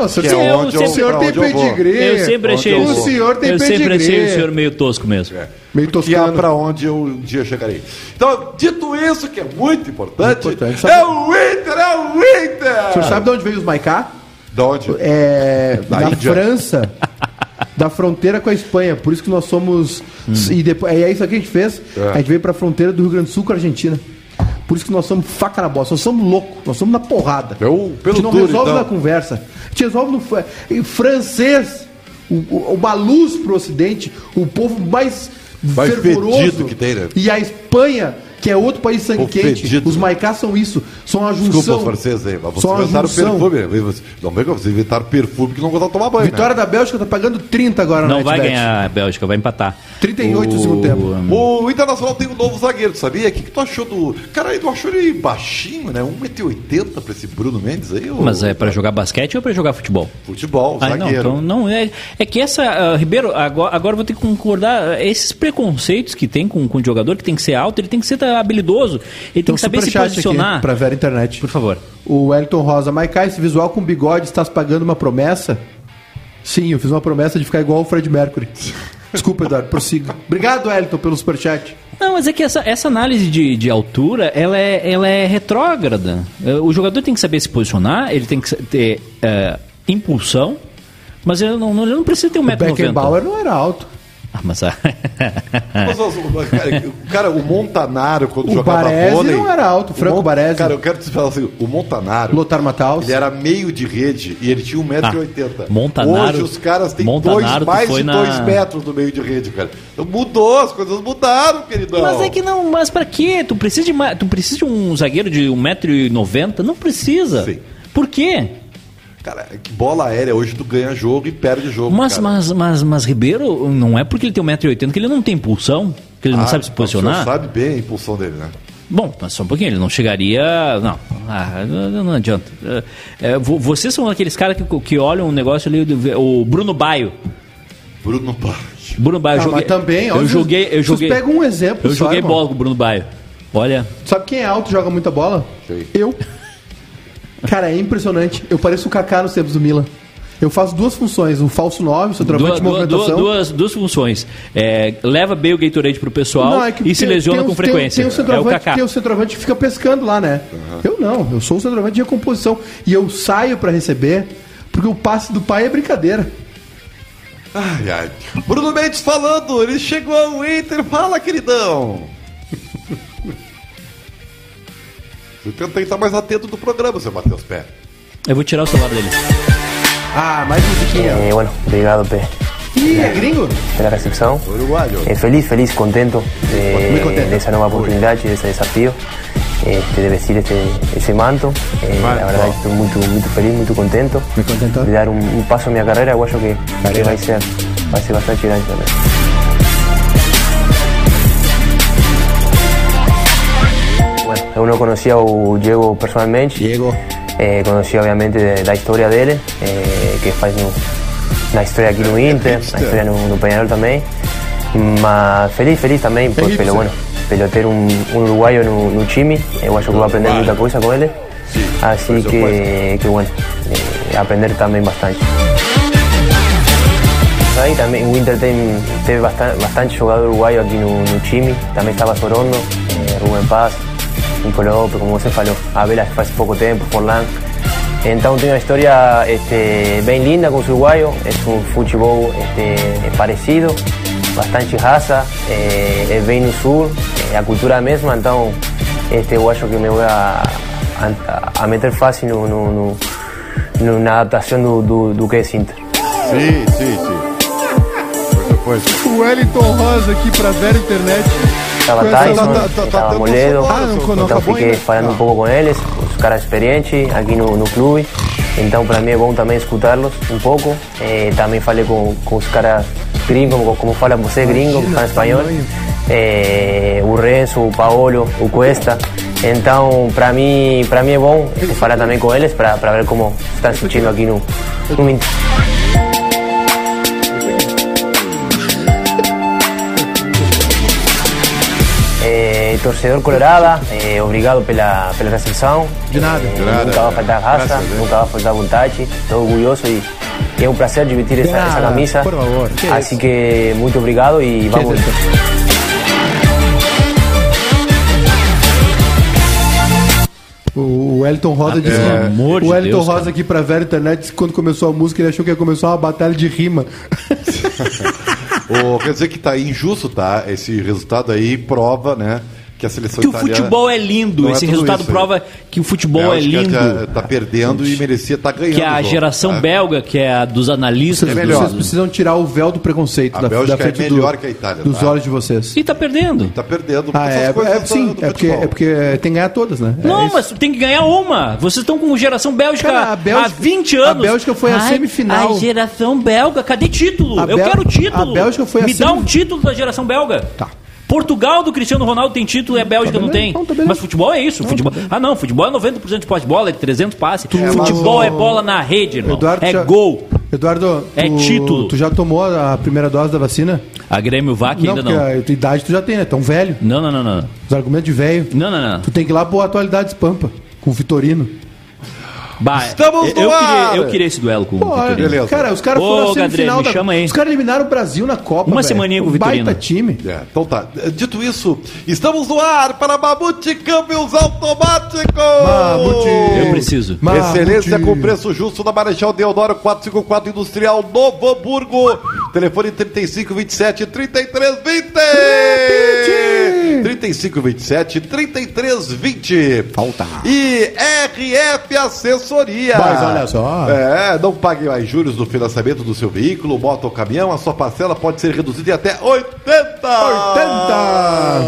Speaker 4: o senhor,
Speaker 1: Que é onde
Speaker 4: o
Speaker 1: eu-
Speaker 4: senhor
Speaker 1: pra
Speaker 4: tem
Speaker 1: onde eu vou.
Speaker 4: pedigree.
Speaker 3: Eu sempre achei
Speaker 1: eu
Speaker 3: o,
Speaker 1: vou. O
Speaker 4: É. senhor tem
Speaker 3: Eu sempre
Speaker 4: pedigree.
Speaker 3: achei o senhor meio tosco mesmo.
Speaker 4: Meio
Speaker 1: que é
Speaker 4: toscano.
Speaker 1: pra onde eu um dia chegarei. Então, dito isso, que é muito importante,
Speaker 4: Importante, sabe?
Speaker 1: é o Inter, é o
Speaker 4: O senhor
Speaker 1: Inter!
Speaker 4: sabe de onde veio os Maiká?
Speaker 1: Da onde?
Speaker 4: É,
Speaker 1: Da
Speaker 4: da,
Speaker 1: Índia.
Speaker 4: França, da fronteira com a Espanha. Por isso que nós somos.
Speaker 1: Hum.
Speaker 4: E depois, é isso que a gente fez. A gente veio pra fronteira do Rio Grande do Sul com a Argentina. Por isso que nós somos faca na bosta, nós somos loucos, nós somos na porrada.
Speaker 1: É o- pelo
Speaker 4: a gente não
Speaker 1: duro,
Speaker 4: resolve
Speaker 1: então.
Speaker 4: na conversa. A gente resolve no fr- em francês, o, o, uma luz pro ocidente, o povo mais,
Speaker 1: Mais fedido
Speaker 4: fervoroso.
Speaker 1: que tem, né?
Speaker 4: E a Espanha, que é outro país sangue
Speaker 1: Povo
Speaker 4: quente,
Speaker 1: fedido.
Speaker 4: os maicás são isso, um são a junção.
Speaker 1: Desculpa os franceses aí, mas
Speaker 4: são
Speaker 1: vocês
Speaker 4: a
Speaker 1: inventaram
Speaker 4: junção.
Speaker 1: perfume. Vocês- Não vem que vocês inventaram perfume que não gostava de tomar banho. né?
Speaker 4: Vitória da Bélgica tá pagando 30 agora
Speaker 3: Não
Speaker 4: na
Speaker 3: vai
Speaker 4: NetBet.
Speaker 3: ganhar a Bélgica, vai empatar.
Speaker 4: 38 no segundo tempo.
Speaker 1: O Internacional tem um novo zagueiro, tu sabia? O que, que tu achou do. Cara, tu achou ele baixinho, né? 1,80m pra esse Bruno Mendes aí? ô?
Speaker 3: Mas é pra jogar basquete ou pra jogar futebol?
Speaker 1: Futebol,
Speaker 3: Ah, não,
Speaker 1: zagueiro.
Speaker 3: então não é. É que essa, ah, Ribeiro, agora, agora eu vou ter que concordar. ah, Esses preconceitos que tem com, com o jogador, que tem que ser alto, ele tem que ser tá, habilidoso, ele tem que saber se
Speaker 4: um superchat
Speaker 3: posicionar.
Speaker 4: Aqui pra ver a internet.
Speaker 3: Por favor.
Speaker 4: O Wellington Rosa, Maicá, esse visual com bigode, estás pagando uma promessa? Sim, eu fiz uma promessa de ficar igual o Fred Mercury. Desculpa, Eduardo, prossiga. Obrigado, Wellington, pelo superchat.
Speaker 3: Não, mas é que essa, essa análise de, de altura, ela é, ela é retrógrada. Eh, O jogador tem que saber se posicionar, ele tem que sa- ter eh, impulsão, mas ele não, não- ele não precisa ter
Speaker 4: O
Speaker 3: 1,90m.
Speaker 4: Beckenbauer não era alto.
Speaker 3: Ah, mas a... É.
Speaker 1: Mas, mas, mas, cara, o cara, o Montanaro, quando
Speaker 4: O
Speaker 1: jogava
Speaker 4: Baresi
Speaker 1: vôlei...
Speaker 4: não era alto, o Franco
Speaker 1: o Mon-
Speaker 4: Baresi.
Speaker 1: Cara, eu quero te falar assim, o Montanaro,
Speaker 4: Lotar Matthaus.
Speaker 1: ele era meio de rede e ele tinha 1,80m.
Speaker 3: Ah, Montanaro-
Speaker 1: Hoje os caras têm
Speaker 3: Montanaro,
Speaker 1: dois, mais
Speaker 3: tu
Speaker 1: de
Speaker 3: foi na-
Speaker 1: 2 metros do meio de rede, cara. Então, mudou, as coisas mudaram, queridão.
Speaker 3: Mas é que não, mas pra quê? Tu precisa de, ma- tu precisa de um zagueiro de 1,90m? Não precisa.
Speaker 1: Sim.
Speaker 3: Por quê?
Speaker 1: Cara, é que bola aérea, hoje tu ganha jogo e perde jogo,
Speaker 3: Mas,
Speaker 1: cara.
Speaker 3: mas, mas, mas Ribeiro, não é porque ele tem 1,80m que ele não tem impulsão, que ele
Speaker 1: Ah,
Speaker 3: não sabe se
Speaker 1: O
Speaker 3: posicionar.
Speaker 1: senhor sabe bem a impulsão dele, né?
Speaker 3: Bom, mas só um pouquinho, ele não chegaria. Não, ah, não, não adianta. É, é, vo- vocês são aqueles caras que, que olham um negócio ali, do- o Bruno Baio.
Speaker 1: Bruno Baggio.
Speaker 3: Bruno Baio, eu
Speaker 4: Ah,
Speaker 3: joguei.
Speaker 4: mas também,
Speaker 3: eu
Speaker 4: vocês-
Speaker 3: joguei, eu
Speaker 4: vocês
Speaker 3: joguei.
Speaker 4: pegam um exemplo
Speaker 3: Eu
Speaker 4: só,
Speaker 3: joguei
Speaker 4: irmão.
Speaker 3: bola com o Bruno Baio. Olha,
Speaker 4: Sabe quem é alto e joga muita bola?
Speaker 1: Sei.
Speaker 4: Eu. Cara, é impressionante. Eu pareço o Kaká nos tempos do Milan. Eu faço duas funções, um falso 9,
Speaker 3: duas,
Speaker 4: centroavante de
Speaker 3: duas, duas,
Speaker 4: movimentação.
Speaker 3: duas, duas funções. É, leva bem o Gatorade pro pessoal
Speaker 4: Não, é que
Speaker 3: e se
Speaker 4: tem-
Speaker 3: lesiona
Speaker 4: tem
Speaker 3: com
Speaker 4: os- Tem,
Speaker 3: frequência.
Speaker 4: tem o
Speaker 3: é o
Speaker 4: centroavante,
Speaker 3: Kaká.
Speaker 4: tem o centroavante que fica pescando lá, né? Eu não, eu sou o centroavante de recomposição. E eu saio pra receber, porque o passe do pai é brincadeira.
Speaker 1: Ai, ai. Bruno Mendes falando, ele chegou ao Inter, fala, queridão. Você tem que estar mais atento do programa, seu Matheus Pé.
Speaker 3: Eu vou tirar o celular dele.
Speaker 4: Ah, mais musiquinha.
Speaker 7: Eh, bueno, obrigado, P,
Speaker 4: Ih, é gringo?
Speaker 7: de la recepción.
Speaker 1: Uruguayo.
Speaker 7: Eh, feliz, feliz, contento de,
Speaker 4: Muy contento.
Speaker 7: de esa nueva oportunidad y de ese desafío, este, de vestir este, ese manto. Eh, la verdad que estoy muy, muy feliz, muy contento.
Speaker 4: Muy contento.
Speaker 7: De dar un, un paso en mi carrera, guayo, que, que va, a ser, va a ser bastante grande también. Bueno, eu não conhecia o Diego personalmente.
Speaker 4: Diego.
Speaker 7: Eh, conocí obviamente de- la historia de él, eh, que faz no, na história aqui no Inter, na história no, no Peñarol também. Mas feliz, feliz também, por,
Speaker 4: hipster.
Speaker 7: pelo bueno, pelo ter um, um uruguaio no, no time, eu acho que vou aprender muita coisa com ele. Assim que, que bueno, eh, aprender também bastante. Aí também o Inter tem, teve bastante, bastante jogador uruguaio aqui no, no time. Também estava Sorondo, eh, Rubén Paz, Nicolás López, como você falou, a Velas que faz pouco tempo, Forlán. Então tem uma história este, bem linda com os uruguaios, é um futebol este, parecido, bastante raça, eh, é bem no sul, eh, a cultura é a mesma, então este, eu acho que me vou a, a- a meter fácil no, no, no- no- na adaptação do, do, do que é esse Inter.
Speaker 1: Sim, sim, sim. Pois é, pois é.
Speaker 4: O Wellington Rosa aqui pra Vera Internet.
Speaker 7: estaba Tyson, estaba Moledo,
Speaker 4: tá
Speaker 8: Ah, não, não
Speaker 7: então
Speaker 8: acabou
Speaker 7: fiquei
Speaker 8: ainda?
Speaker 7: falando um pouco com eles, os caras experientes aqui no, no clube. Então para mim é bom também escutá-los um pouco. Eh, também falei com, com os caras gringos, como, como fala você gringo, que fala espanhol. Eh, o Renzo, o Paolo, o Cuesta. Então para mim, para mim é bom eh, falar também com eles para para ver como estão se sentindo aqui no, no Inter. Eh, torcedor Colorado, eh, obrigado pela, pela recepção. De nada.
Speaker 8: nada.
Speaker 7: Nunca vai faltar raça,
Speaker 8: Graças a Deus.
Speaker 7: nunca vai faltar vontade. Estou orgulhoso e é um prazer dividir essa,
Speaker 8: Ah,
Speaker 7: essa camisa.
Speaker 8: por favor, que é
Speaker 7: Assim que muito obrigado e vamos.
Speaker 4: O o Wellington
Speaker 1: Ah,
Speaker 4: Rosa disse
Speaker 3: pelo amor de
Speaker 4: O Wellington
Speaker 3: Deus,
Speaker 4: Rosa
Speaker 3: cara.
Speaker 4: aqui pra velha internet disse que quando começou a música ele achou que ia começar uma batalha de rima.
Speaker 1: É Ô, quer dizer que tá injusto, tá? Esse resultado aí prova, né? Que a seleção
Speaker 3: Que o
Speaker 1: italiana
Speaker 3: futebol é lindo.
Speaker 1: Não é
Speaker 3: Esse
Speaker 1: tudo
Speaker 3: resultado
Speaker 1: isso aí.
Speaker 3: prova que o futebol é,
Speaker 1: acho que
Speaker 3: lindo.
Speaker 1: Tá, tá perdendo e merecia estar ganhando.
Speaker 3: que é a
Speaker 1: o jogo,
Speaker 3: geração
Speaker 1: tá?
Speaker 3: belga, que é a dos analistas.
Speaker 4: Vocês,
Speaker 1: É melhor.
Speaker 4: vocês precisam tirar o véu do preconceito
Speaker 1: A
Speaker 4: da, da
Speaker 1: Bélgica
Speaker 4: frente
Speaker 1: é
Speaker 4: do-
Speaker 1: melhor que a Itália,
Speaker 4: dos
Speaker 1: tá?
Speaker 4: olhos de vocês.
Speaker 3: E tá perdendo.
Speaker 1: Tá perdendo.
Speaker 4: Ah, é,
Speaker 1: essas coisas
Speaker 4: é-
Speaker 1: do-
Speaker 4: sim,
Speaker 1: do
Speaker 4: é porque,
Speaker 1: futebol.
Speaker 4: é porque tem que ganhar todas, né? É
Speaker 3: Não,
Speaker 4: isso.
Speaker 3: mas tem que ganhar uma. Vocês estão com geração Bélgica,
Speaker 4: Cara, a Bélgica-
Speaker 3: há 20 anos.
Speaker 4: a Bélgica foi a semifinal.
Speaker 3: A geração belga, cadê título?
Speaker 4: A
Speaker 3: Eu
Speaker 4: Bél-
Speaker 3: quero título.
Speaker 4: a Bélgica foi a
Speaker 3: Me dá
Speaker 4: semi-
Speaker 3: um título da geração belga.
Speaker 4: Tá.
Speaker 3: Portugal do Cristiano Ronaldo tem título e a Bélgica não
Speaker 4: beleza.
Speaker 3: tem.
Speaker 4: Não, tá beleza.
Speaker 3: Mas futebol é isso. futebol... Ah, não. Futebol é 90% de posse de bola, é 300 passes.
Speaker 1: mas
Speaker 3: futebol
Speaker 1: o-
Speaker 3: é bola na rede, irmão.
Speaker 4: Eduardo,
Speaker 3: é
Speaker 4: já-
Speaker 3: gol.
Speaker 4: Eduardo,
Speaker 3: É
Speaker 4: tu-
Speaker 3: título.
Speaker 4: Tu já tomou a primeira dose da vacina?
Speaker 3: A Grêmio VAC ainda
Speaker 4: porque
Speaker 3: não.
Speaker 4: a tua idade tu já tem, né? Tão velho.
Speaker 3: Não, não, não, não.
Speaker 4: Os argumentos de velho.
Speaker 3: Não, não, não.
Speaker 4: Tu tem que ir lá pro Atualidades Pampa, com o Vitorino.
Speaker 3: Bah,
Speaker 1: Estamos
Speaker 3: eu, eu
Speaker 1: no
Speaker 3: queria,
Speaker 1: ar.
Speaker 3: eu queria esse duelo com o
Speaker 4: Olha,
Speaker 3: Vitorino.
Speaker 1: beleza.
Speaker 4: é. Cara, os caras
Speaker 3: Ô,
Speaker 4: foram à
Speaker 3: Gadre,
Speaker 4: semifinal
Speaker 3: me
Speaker 4: da-
Speaker 3: chama aí.
Speaker 4: Os caras eliminaram o Brasil na Copa,
Speaker 3: Uma
Speaker 4: velho.
Speaker 3: semaninha com o
Speaker 4: Um Baita
Speaker 3: Vitorino.
Speaker 4: time.
Speaker 1: É, então tá. Dito isso, estamos no ar para Mamute Câmbios Automáticos!
Speaker 4: Mamute.
Speaker 3: Eu preciso.
Speaker 4: Mamute.
Speaker 1: Excelência com preço justo na Marechal Deodoro 454 Industrial Novo Hamburgo. Telefone 3527 3320. 3527 3320. Falta. E RF Assessoria.
Speaker 4: Mas olha só.
Speaker 1: É, não pague mais juros no financiamento do seu veículo, moto ou caminhão. A sua parcela pode ser reduzida em até 80. 80%. Ah,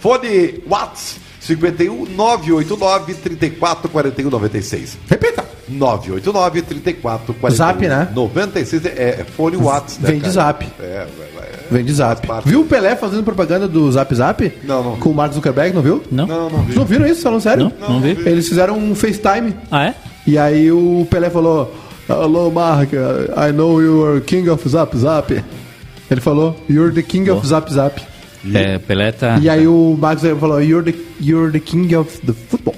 Speaker 1: Fone Watts 51 989 34 41 96.
Speaker 4: Repita.
Speaker 1: 989 34 41
Speaker 4: Zap, né?
Speaker 1: 96 é, é fone Watts, né?
Speaker 4: Vem de
Speaker 1: cara?
Speaker 4: zap.
Speaker 1: É, vai, vai.
Speaker 4: Vem de zap.
Speaker 1: parte.
Speaker 4: Viu o Pelé fazendo propaganda do Zap Zap?
Speaker 1: Não, não vi.
Speaker 4: Com o Mark Zuckerberg, não viu?
Speaker 3: Não?
Speaker 1: Não, não
Speaker 4: Vocês
Speaker 1: vi.
Speaker 4: não viram isso? Falando sério?
Speaker 3: Não, não vi.
Speaker 4: Eles fizeram um FaceTime.
Speaker 3: Ah, é?
Speaker 4: E aí o Pelé falou: Hello, Mark, I know you are king of Zap Zap. Ele falou: You're the king of Zap Zap.
Speaker 3: É, Pelé tá
Speaker 4: E aí o Marcos falou: You're the, you're the king of the football.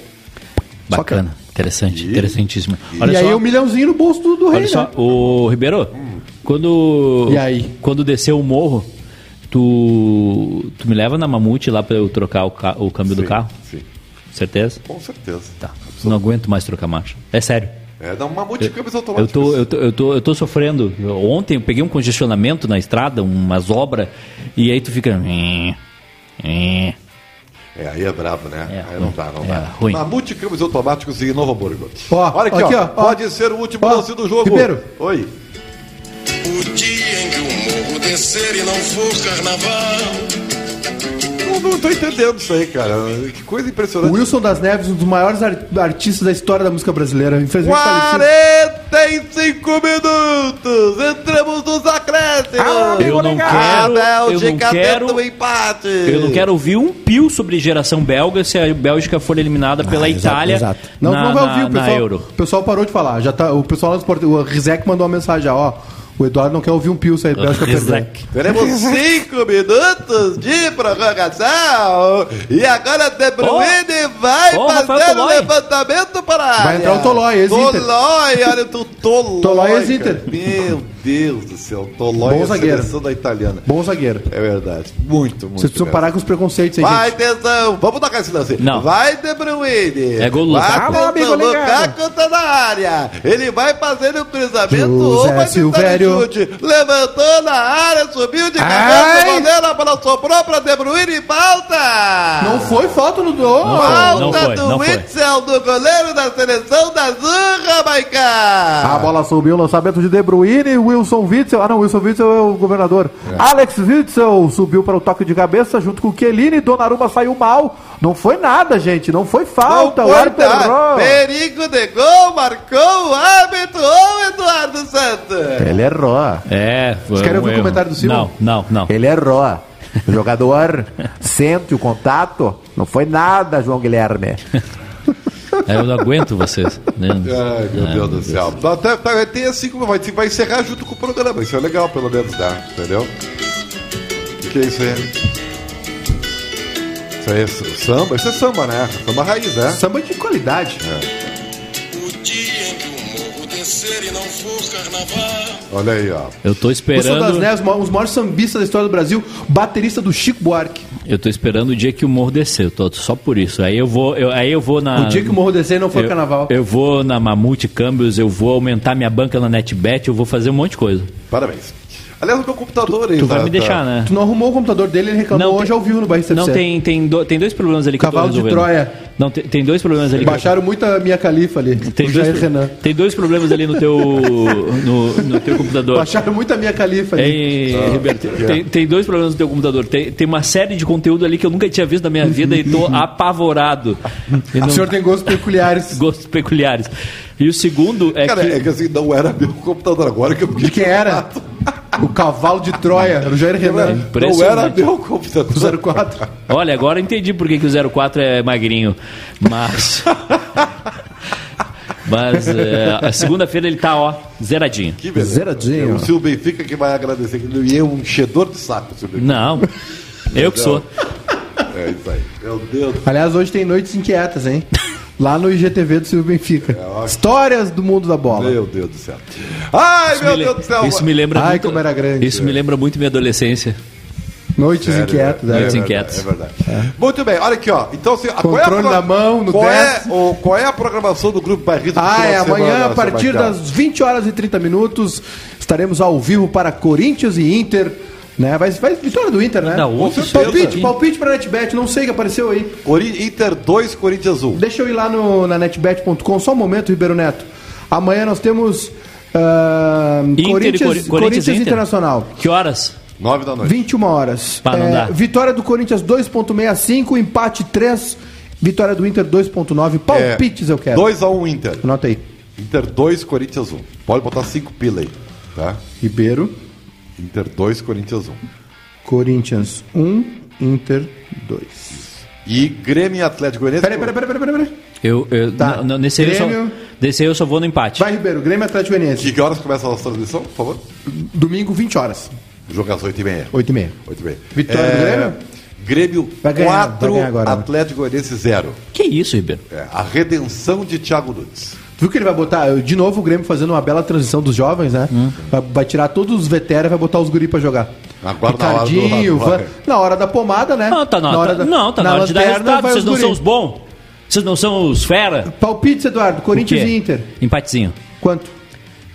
Speaker 3: bacana. Interessante, interessantíssimo. Olha
Speaker 4: e aí
Speaker 3: só,
Speaker 4: um milhãozinho no bolso do, do rei,
Speaker 3: olha só,
Speaker 4: né?
Speaker 3: o Ribeiro, quando
Speaker 4: E aí?
Speaker 3: quando desceu o morro, tu tu me leva na Mamute lá pra eu trocar o, ca- o câmbio do carro?
Speaker 1: Sim,
Speaker 3: Certeza?
Speaker 1: com certeza.
Speaker 3: Tá. Não aguento mais trocar marcha. É sério.
Speaker 1: É, dá uma multi câmbios
Speaker 3: Eu
Speaker 1: automáticos.
Speaker 3: tô, eu, tô, eu, tô, eu tô sofrendo. Eu- Ontem eu peguei um congestionamento na estrada, umas obras, e aí tu fica. "Eh, eh".
Speaker 1: É, aí é brabo, né?
Speaker 3: É,
Speaker 1: aí não
Speaker 3: ruim.
Speaker 1: dá, não
Speaker 3: É,
Speaker 1: dá.
Speaker 3: ruim.
Speaker 1: Na multicâmbios automáticos em Novo Hamburgo.
Speaker 4: Ó,
Speaker 1: Olha aqui,
Speaker 4: aqui,
Speaker 1: ó.
Speaker 4: ó, ó.
Speaker 1: Pode ser o último
Speaker 4: Ó,
Speaker 1: lance do jogo.
Speaker 4: Ribeiro.
Speaker 1: Oi.
Speaker 9: O dia em que o morro descer e não for carnaval.
Speaker 1: Não, não tô entendendo isso aí, cara. Que coisa
Speaker 4: O
Speaker 1: impressionante.
Speaker 4: Wilson das Neves, um dos maiores ar- artistas da história da música brasileira. Infelizmente falecido.
Speaker 1: 45 minutos! Entramos nos acréscimos!
Speaker 4: Ah,
Speaker 3: Eu não
Speaker 1: A
Speaker 3: quero- eu não
Speaker 1: Bélgica
Speaker 3: quero-
Speaker 1: tenta o empate!
Speaker 3: Eu não quero ouvir um pio sobre geração belga se a Bélgica for
Speaker 8: Ah,
Speaker 3: eliminada pela Itália
Speaker 4: Não,
Speaker 3: na,
Speaker 4: não vai ouvir,
Speaker 3: na-
Speaker 4: o
Speaker 3: na
Speaker 4: pessoal,
Speaker 3: Euro.
Speaker 4: o pessoal parou de falar. Já tá, o pessoal lá do Sport, o Rizek mandou uma mensagem, já, ó. O Eduardo não quer ouvir um pio sair do Bélgica perder.
Speaker 3: Rizek.
Speaker 1: Teremos 5 minutos de prorrogação! E agora De Bruyne vai
Speaker 3: Ó, Rafael
Speaker 1: fazer o
Speaker 3: Tolói.
Speaker 1: levantamento para a
Speaker 4: Vai
Speaker 1: área.
Speaker 4: entrar o Tolói, ex-Inter.
Speaker 1: Tolói, olha o Tolói.
Speaker 4: Tolói, ex-Inter.
Speaker 1: cara. Meu Deus do céu, Tolói
Speaker 4: Bom
Speaker 1: é a
Speaker 4: zagueiro.
Speaker 1: seleção da italiana.
Speaker 4: Bom zagueiro.
Speaker 1: É verdade, muito, muito.
Speaker 4: Vocês precisam
Speaker 1: mesmo.
Speaker 4: parar com os preconceitos aí,
Speaker 1: Vai,
Speaker 4: gente.
Speaker 1: tesão! Vamos tocar esse lance.
Speaker 3: Não.
Speaker 1: Vai, De Bruyne.
Speaker 3: É gol do
Speaker 1: Vai,
Speaker 3: Lukaku.
Speaker 1: tesão,
Speaker 4: Ah, amigo, ligado.
Speaker 1: Lukaku tá na área. Ele vai fazendo o cruzamento.
Speaker 4: José
Speaker 1: vai tentar
Speaker 4: Silvério.
Speaker 1: o chute. Levantou na área, subiu de cabeça.
Speaker 4: Ai.
Speaker 1: O goleiro, a bola sobrou pra De Bruyne e falta.
Speaker 4: Não foi falta no do.
Speaker 1: Falta
Speaker 3: Não foi,
Speaker 1: do
Speaker 3: não foi.
Speaker 1: Witzel, do goleiro da seleção da Zurra, Maicá.
Speaker 4: A bola subiu, lançamento de De Bruyne, o Wilson Witzel. Ah, não, Wilson Witzel é o governador. Alex Witzel subiu para o toque de cabeça junto com o Kelini. Donnarumma saiu mal. Não foi nada, gente. Não foi falta. o
Speaker 1: foi
Speaker 4: árbitro
Speaker 1: nada.
Speaker 4: errou.
Speaker 1: Perigo de gol, marcou o árbitro, ô Eduardo Santos.
Speaker 4: Ele errou.
Speaker 3: É, foi
Speaker 8: querem
Speaker 3: um
Speaker 8: ouvir o
Speaker 3: erro.
Speaker 8: comentário do Silvio?
Speaker 3: Não, não, não.
Speaker 4: Ele errou. O jogador sente o contato. Não foi nada, João Guilherme.
Speaker 3: É, Eu não aguento vocês. né?
Speaker 8: É.
Speaker 1: Ai, meu Deus do céu. Não, tá, tá, tem assim como vai, vai encerrar junto com o programa. Isso é legal, pelo menos, né? Entendeu? O que é isso aí? Isso aí é s- samba? Isso é samba, né? Samba raiz, né? É.
Speaker 8: Samba de qualidade.
Speaker 9: O dia em que o morro descer e não for carnaval.
Speaker 1: Olha aí, ó.
Speaker 3: Eu tô
Speaker 8: Wilson das
Speaker 3: esperando.
Speaker 8: Neves, um dos maiores sambistas da história do Brasil, baterista do Chico Buarque.
Speaker 3: Eu tô esperando o dia que o morro descer. Eu tô só por isso. Aí eu vou, eu- aí eu vou na.
Speaker 8: O dia que o Morro descer não foi
Speaker 3: Ah, eu,
Speaker 8: carnaval.
Speaker 3: Eu vou na Mamute Câmbios, eu vou aumentar minha banca na NetBet, eu vou fazer um monte de coisa.
Speaker 1: Parabéns. Aliás, o meu computador aí.
Speaker 3: Tu
Speaker 1: tá-
Speaker 3: vai me deixar,
Speaker 1: tá-
Speaker 3: né?
Speaker 8: Tu não arrumou o computador dele, ele reclamou
Speaker 3: Não,
Speaker 8: hoje
Speaker 3: tem-
Speaker 8: ao vivo no Barra CFC.
Speaker 3: Não, tem, tem, do- tem dois problemas ali que
Speaker 8: Cavalo
Speaker 3: eu
Speaker 8: de
Speaker 3: tô resolvendo.
Speaker 8: Troia.
Speaker 3: Não, tem, tem dois problemas ali. que eu-
Speaker 8: Baixaram muito a minha califa ali.
Speaker 3: tem,
Speaker 8: o
Speaker 3: dois,
Speaker 8: Jair Renan.
Speaker 3: tem dois problemas ali no teu, no, no teu computador.
Speaker 8: Baixaram muito a minha califa ali.
Speaker 3: Ei, Roberto,
Speaker 1: Ah,
Speaker 3: tem, tem dois problemas no teu computador. Tem, tem uma série de conteúdo ali que eu nunca tinha visto na minha vida e tô apavorado. E
Speaker 8: O
Speaker 3: não-
Speaker 8: senhor tem gostos peculiares.
Speaker 3: Gostos peculiares. E o segundo é
Speaker 1: Cara,
Speaker 3: que...
Speaker 1: é que assim, não era meu computador agora que eu
Speaker 8: De quem era? O cavalo de Troia, era o Jair Renan.
Speaker 1: Não era
Speaker 3: É Impressionante.
Speaker 1: meu computador.
Speaker 8: 04.
Speaker 3: Olha, agora eu entendi por que, que o 04 é magrinho. Mas. Mas é, a segunda-feira ele tá, ó, zeradinho.
Speaker 1: Que beleza. É
Speaker 4: Zeradinho.
Speaker 1: O Silvio Benfica que vai agradecer. que ele- E eu, um enchedor de saco, Silvio Benfica.
Speaker 3: Não. Eu que sou.
Speaker 1: É isso aí. Meu Deus.
Speaker 8: Aliás, hoje tem noites inquietas, hein? Lá no IGTV do Silvio Benfica.
Speaker 1: É ótimo.
Speaker 8: Histórias do mundo da bola.
Speaker 1: Meu Deus do céu. Ai,
Speaker 3: Isso
Speaker 1: meu
Speaker 3: me le-
Speaker 1: Deus do céu.
Speaker 3: Isso me lembra
Speaker 8: Ai,
Speaker 3: muito.
Speaker 8: como era grande.
Speaker 3: Isso me lembra muito minha adolescência.
Speaker 8: Noites inquietas,
Speaker 1: é,
Speaker 8: né?
Speaker 3: Noites
Speaker 1: verdade,
Speaker 3: inquietas.
Speaker 1: É verdade. Muito bem, olha aqui, ó. Então, se, a-
Speaker 8: Controle
Speaker 1: pro-
Speaker 8: na mão, no
Speaker 1: qual é,
Speaker 8: desce.
Speaker 1: o, qual é a programação do Grupo Bairrito? pro
Speaker 8: Ah,
Speaker 1: final
Speaker 8: é.
Speaker 1: de
Speaker 8: Amanhã,
Speaker 1: semana,
Speaker 8: a partir
Speaker 1: Sebastião?
Speaker 8: das 20 horas e 30 minutos, estaremos ao vivo para Corinthians e Inter. Né? Vai, vai vitória do Inter, né?
Speaker 3: Não,
Speaker 1: com certeza.
Speaker 8: palpite, palpite para NetBet. Não sei o que apareceu aí.
Speaker 1: Cori- Inter 2, Corinthians 1.
Speaker 8: Deixa eu ir lá no, na netbet.com, só um momento, Ribeiro Neto. Amanhã nós temos ah,
Speaker 3: Inter e Cori-
Speaker 8: Corinthians,
Speaker 3: Corinthians e
Speaker 8: Corinthians
Speaker 3: Inter.
Speaker 8: Internacional.
Speaker 3: Que horas?
Speaker 1: 9 da noite.
Speaker 8: 21 horas. É,
Speaker 3: Pá, não dá.
Speaker 8: Vitória do Corinthians 2.65, empate 3, vitória do Inter
Speaker 1: É,
Speaker 8: 2.9. Palpites eu quero.
Speaker 1: 2x1 Inter.
Speaker 8: Anota aí.
Speaker 1: Inter 2, Corinthians 1. Pode botar 5 pila aí, tá?
Speaker 8: Ribeiro,
Speaker 1: Inter 2, Corinthians 1.
Speaker 8: Corinthians 1, Inter 2.
Speaker 1: E Grêmio e Atlético Goianiense.
Speaker 8: Peraí, peraí, peraí, peraí, peraí, peraí.
Speaker 3: Eu, eu,
Speaker 8: Tá.
Speaker 3: não, não, nesse, aí eu só,
Speaker 8: Grêmio.
Speaker 3: nesse aí eu só vou no empate.
Speaker 8: Vai, Ribeiro, Grêmio Atlético
Speaker 1: Que
Speaker 8: Goianiense.
Speaker 1: que horas começa a nossa transmissão, por favor?
Speaker 8: Domingo, 20 horas.
Speaker 1: Jogo é às 8h30.
Speaker 8: 8h30.
Speaker 1: 8h30.
Speaker 8: Vitória
Speaker 1: É,
Speaker 8: do
Speaker 1: Grêmio?
Speaker 8: Vai
Speaker 1: Grêmio
Speaker 8: ganhar, vai
Speaker 1: 4,
Speaker 8: ganhar agora, né?
Speaker 1: Atlético Goianiense 0.
Speaker 3: Que isso, Ribeiro?
Speaker 1: É, a redenção de Thiago Nunes.
Speaker 8: Tu Viu que ele vai botar, eu- de novo, o Grêmio fazendo uma bela transição dos jovens, né?
Speaker 1: Hum.
Speaker 8: Vai, vai tirar todos os veteranos e vai botar os guri pra jogar.
Speaker 1: Agora na hora do-
Speaker 8: Ricardinho,
Speaker 1: do- do-
Speaker 8: Van- na hora da pomada, né?
Speaker 3: Não, tá na, hora,
Speaker 8: da-
Speaker 3: não, tá na, hora de dar
Speaker 8: lanterna,
Speaker 3: resultado.
Speaker 8: vai
Speaker 3: Vocês
Speaker 8: os
Speaker 3: não
Speaker 8: guri.
Speaker 3: são os bons. Vocês não são os fera.
Speaker 8: Palpites, Eduardo, Corinthians
Speaker 3: O quê?
Speaker 8: e Inter.
Speaker 3: Empatezinho.
Speaker 8: Quanto?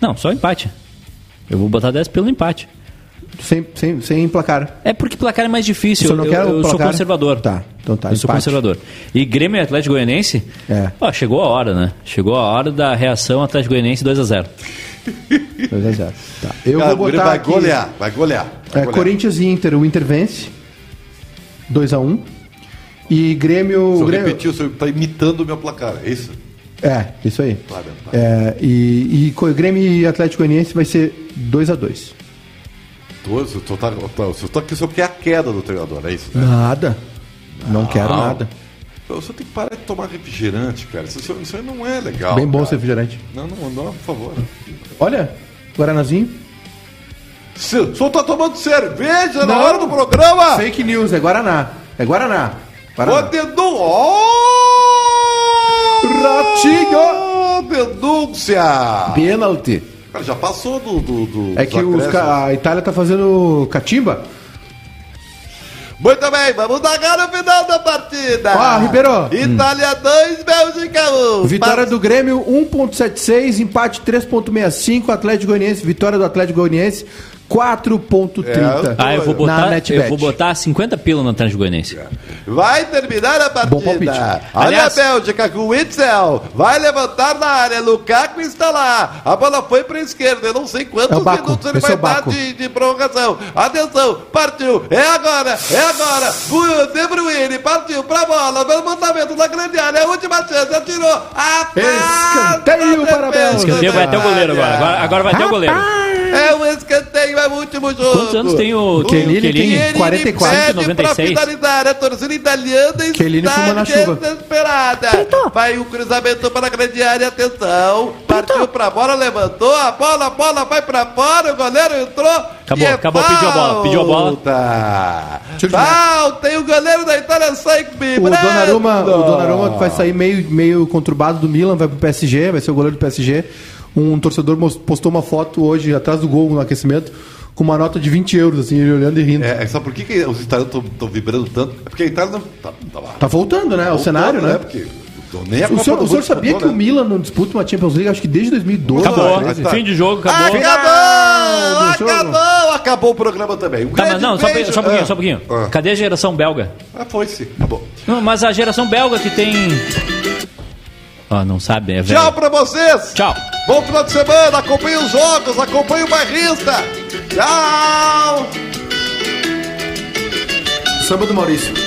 Speaker 3: Não, só empate. Eu vou botar 10 pelo empate.
Speaker 8: Sem, sem, sem placar.
Speaker 3: É porque placar é mais
Speaker 8: O
Speaker 3: difícil.
Speaker 8: senhor não
Speaker 3: Eu,
Speaker 8: quer o
Speaker 3: eu sou
Speaker 8: placar?
Speaker 3: conservador.
Speaker 8: Tá, então tá,
Speaker 3: Eu sou
Speaker 8: empate.
Speaker 3: conservador. E Grêmio e Atlético Goianense?
Speaker 8: É.
Speaker 3: Ó, chegou a hora, né? Chegou a hora da reação Atlético Goianense 2x0.
Speaker 8: 2 a 0. Tá. Eu
Speaker 1: Cara, o
Speaker 8: vou
Speaker 1: Grêmio
Speaker 8: botar
Speaker 1: vai
Speaker 8: aqui,
Speaker 1: golear, vai golear. Vai
Speaker 8: é,
Speaker 1: golear.
Speaker 8: Corinthians e Inter, o Inter vence. 2 a 1. E Grêmio,
Speaker 1: Se eu
Speaker 8: Grêmio
Speaker 1: repetir, o senhor está imitando o meu placar, é isso?
Speaker 8: É, isso aí.
Speaker 1: Claro, claro.
Speaker 8: É, e, e co- Grêmio e Atlético Goianiense vai ser 2 a 2
Speaker 1: Tô, o senhor tá, tá, o senhor tá aqui, o senhor quer a queda do treinador, é
Speaker 8: Hum.
Speaker 1: isso? Né?
Speaker 8: Nada. Não, quero
Speaker 1: Não.
Speaker 8: nada.
Speaker 1: O senhor tem que parar de tomar refrigerante, cara. Isso, isso aí não é legal.
Speaker 8: Bem bom
Speaker 1: cara.
Speaker 8: esse refrigerante.
Speaker 1: Não, não, não, por favor.
Speaker 8: Olha, Guaranazinho.
Speaker 1: Se- O senhor tá tomando cerveja Tá na
Speaker 8: Não.
Speaker 1: hora do programa?
Speaker 8: Fake news, é Guaraná. É Guaraná.
Speaker 1: Ô,
Speaker 8: Guaraná.
Speaker 1: Dedu! Ô,
Speaker 8: Ratinho!
Speaker 1: Denúncia!
Speaker 8: Pênalti.
Speaker 1: Cara, já passou do. do, do
Speaker 8: É
Speaker 1: dos
Speaker 8: que os
Speaker 1: acréscimos.
Speaker 8: ca- a Itália tá fazendo catimba.
Speaker 1: Muito bem, vamos dar o final da partida!
Speaker 8: Ó, Ah, Ribeiro.
Speaker 1: Itália 2, Bélgica 1.
Speaker 8: Vitória do um Grêmio 1.76, empate 3.65, Atlético Goianiense, vitória do Atlético Goianiense 4,30.
Speaker 1: É,
Speaker 3: Ah, eu vou
Speaker 8: Tá, Na
Speaker 3: botar,
Speaker 8: NetBet.
Speaker 3: eu vou botar 50 pila no Atlético Goianiense.
Speaker 1: Vai terminar a
Speaker 8: palpite.
Speaker 1: partida. Olha
Speaker 3: Aliás-
Speaker 1: a Bélgica com o Witzel. Vai levantar na área. Lukaku está lá. A bola foi para a esquerda. Eu não sei quantos
Speaker 8: É o Baco.
Speaker 1: minutos ele
Speaker 8: Esse
Speaker 1: vai
Speaker 8: é o
Speaker 1: dar
Speaker 8: Baco.
Speaker 1: de, de prorrogação. Atenção. Partiu. É agora. É agora. Bu- De Bruyne partiu para a bola. Pelo montamento da grande área. A última chance. Atirou.
Speaker 8: Escanteio para
Speaker 1: Tá
Speaker 8: a Bélgica.
Speaker 3: Escanteio vai até o goleiro agora. Agora, agora vai até o goleiro.
Speaker 1: É um escanteio, é o último jogo.
Speaker 3: Quantos anos tem o
Speaker 8: Chiellini tem
Speaker 1: é
Speaker 3: Kelly?
Speaker 8: 44.
Speaker 1: pede pra
Speaker 3: 96.
Speaker 1: finalizar. A torcida italiana
Speaker 8: Chiellini fuma na
Speaker 1: está
Speaker 8: chuva.
Speaker 1: desesperada. é Vai o cruzamento para a grande área, atenção. Partiu pra bola, levantou a bola, a bola vai pra fora, o goleiro entrou. e
Speaker 3: Acabou,
Speaker 1: é
Speaker 3: acabou, pediu a bola, pediu a bola.
Speaker 1: Falta.
Speaker 8: Tiro de
Speaker 1: Falta, e o goleiro da Itália sai
Speaker 8: O
Speaker 1: vibrando.
Speaker 8: Donnarumma, o Donnarumma que vai sair meio, meio conturbado do Milan, vai pro PSG, vai ser o goleiro do PSG. Um torcedor mos- postou uma foto hoje atrás do gol no aquecimento com uma nota de 20 euros, assim, ele olhando e rindo.
Speaker 1: É, é só por que, que os italianos estão vibrando tanto? É porque a Itália não. Tá, tá lá.
Speaker 8: Tá voltando, né? O cenário, né?
Speaker 1: Porque nem a
Speaker 8: O
Speaker 1: Copa
Speaker 8: senhor,
Speaker 1: do
Speaker 8: o senhor
Speaker 1: Mundo
Speaker 8: sabia
Speaker 1: acabou,
Speaker 8: que o
Speaker 1: né?
Speaker 8: Milan não disputa uma Champions League, acho que desde 2012.
Speaker 3: Acabou.
Speaker 1: Mas tá.
Speaker 3: Fim de jogo, acabou.
Speaker 1: Acabou!
Speaker 8: do jogo.
Speaker 1: Acabou! Acabou o programa também. Um
Speaker 3: Tá, mas
Speaker 1: grande
Speaker 3: não, só,
Speaker 1: beijo.
Speaker 3: um pouquinho, só um pouquinho, só um
Speaker 1: Ah,
Speaker 3: pouquinho. Cadê a geração belga?
Speaker 1: ah, foi sim, acabou.
Speaker 3: Não, mas a geração belga que tem. Ó, não sabe, é velho.
Speaker 1: Tchau pra vocês!
Speaker 3: Tchau.
Speaker 1: Bom final de semana, acompanhe os jogos, acompanhe o Barrista! Tchau!
Speaker 8: Samba do Maurício.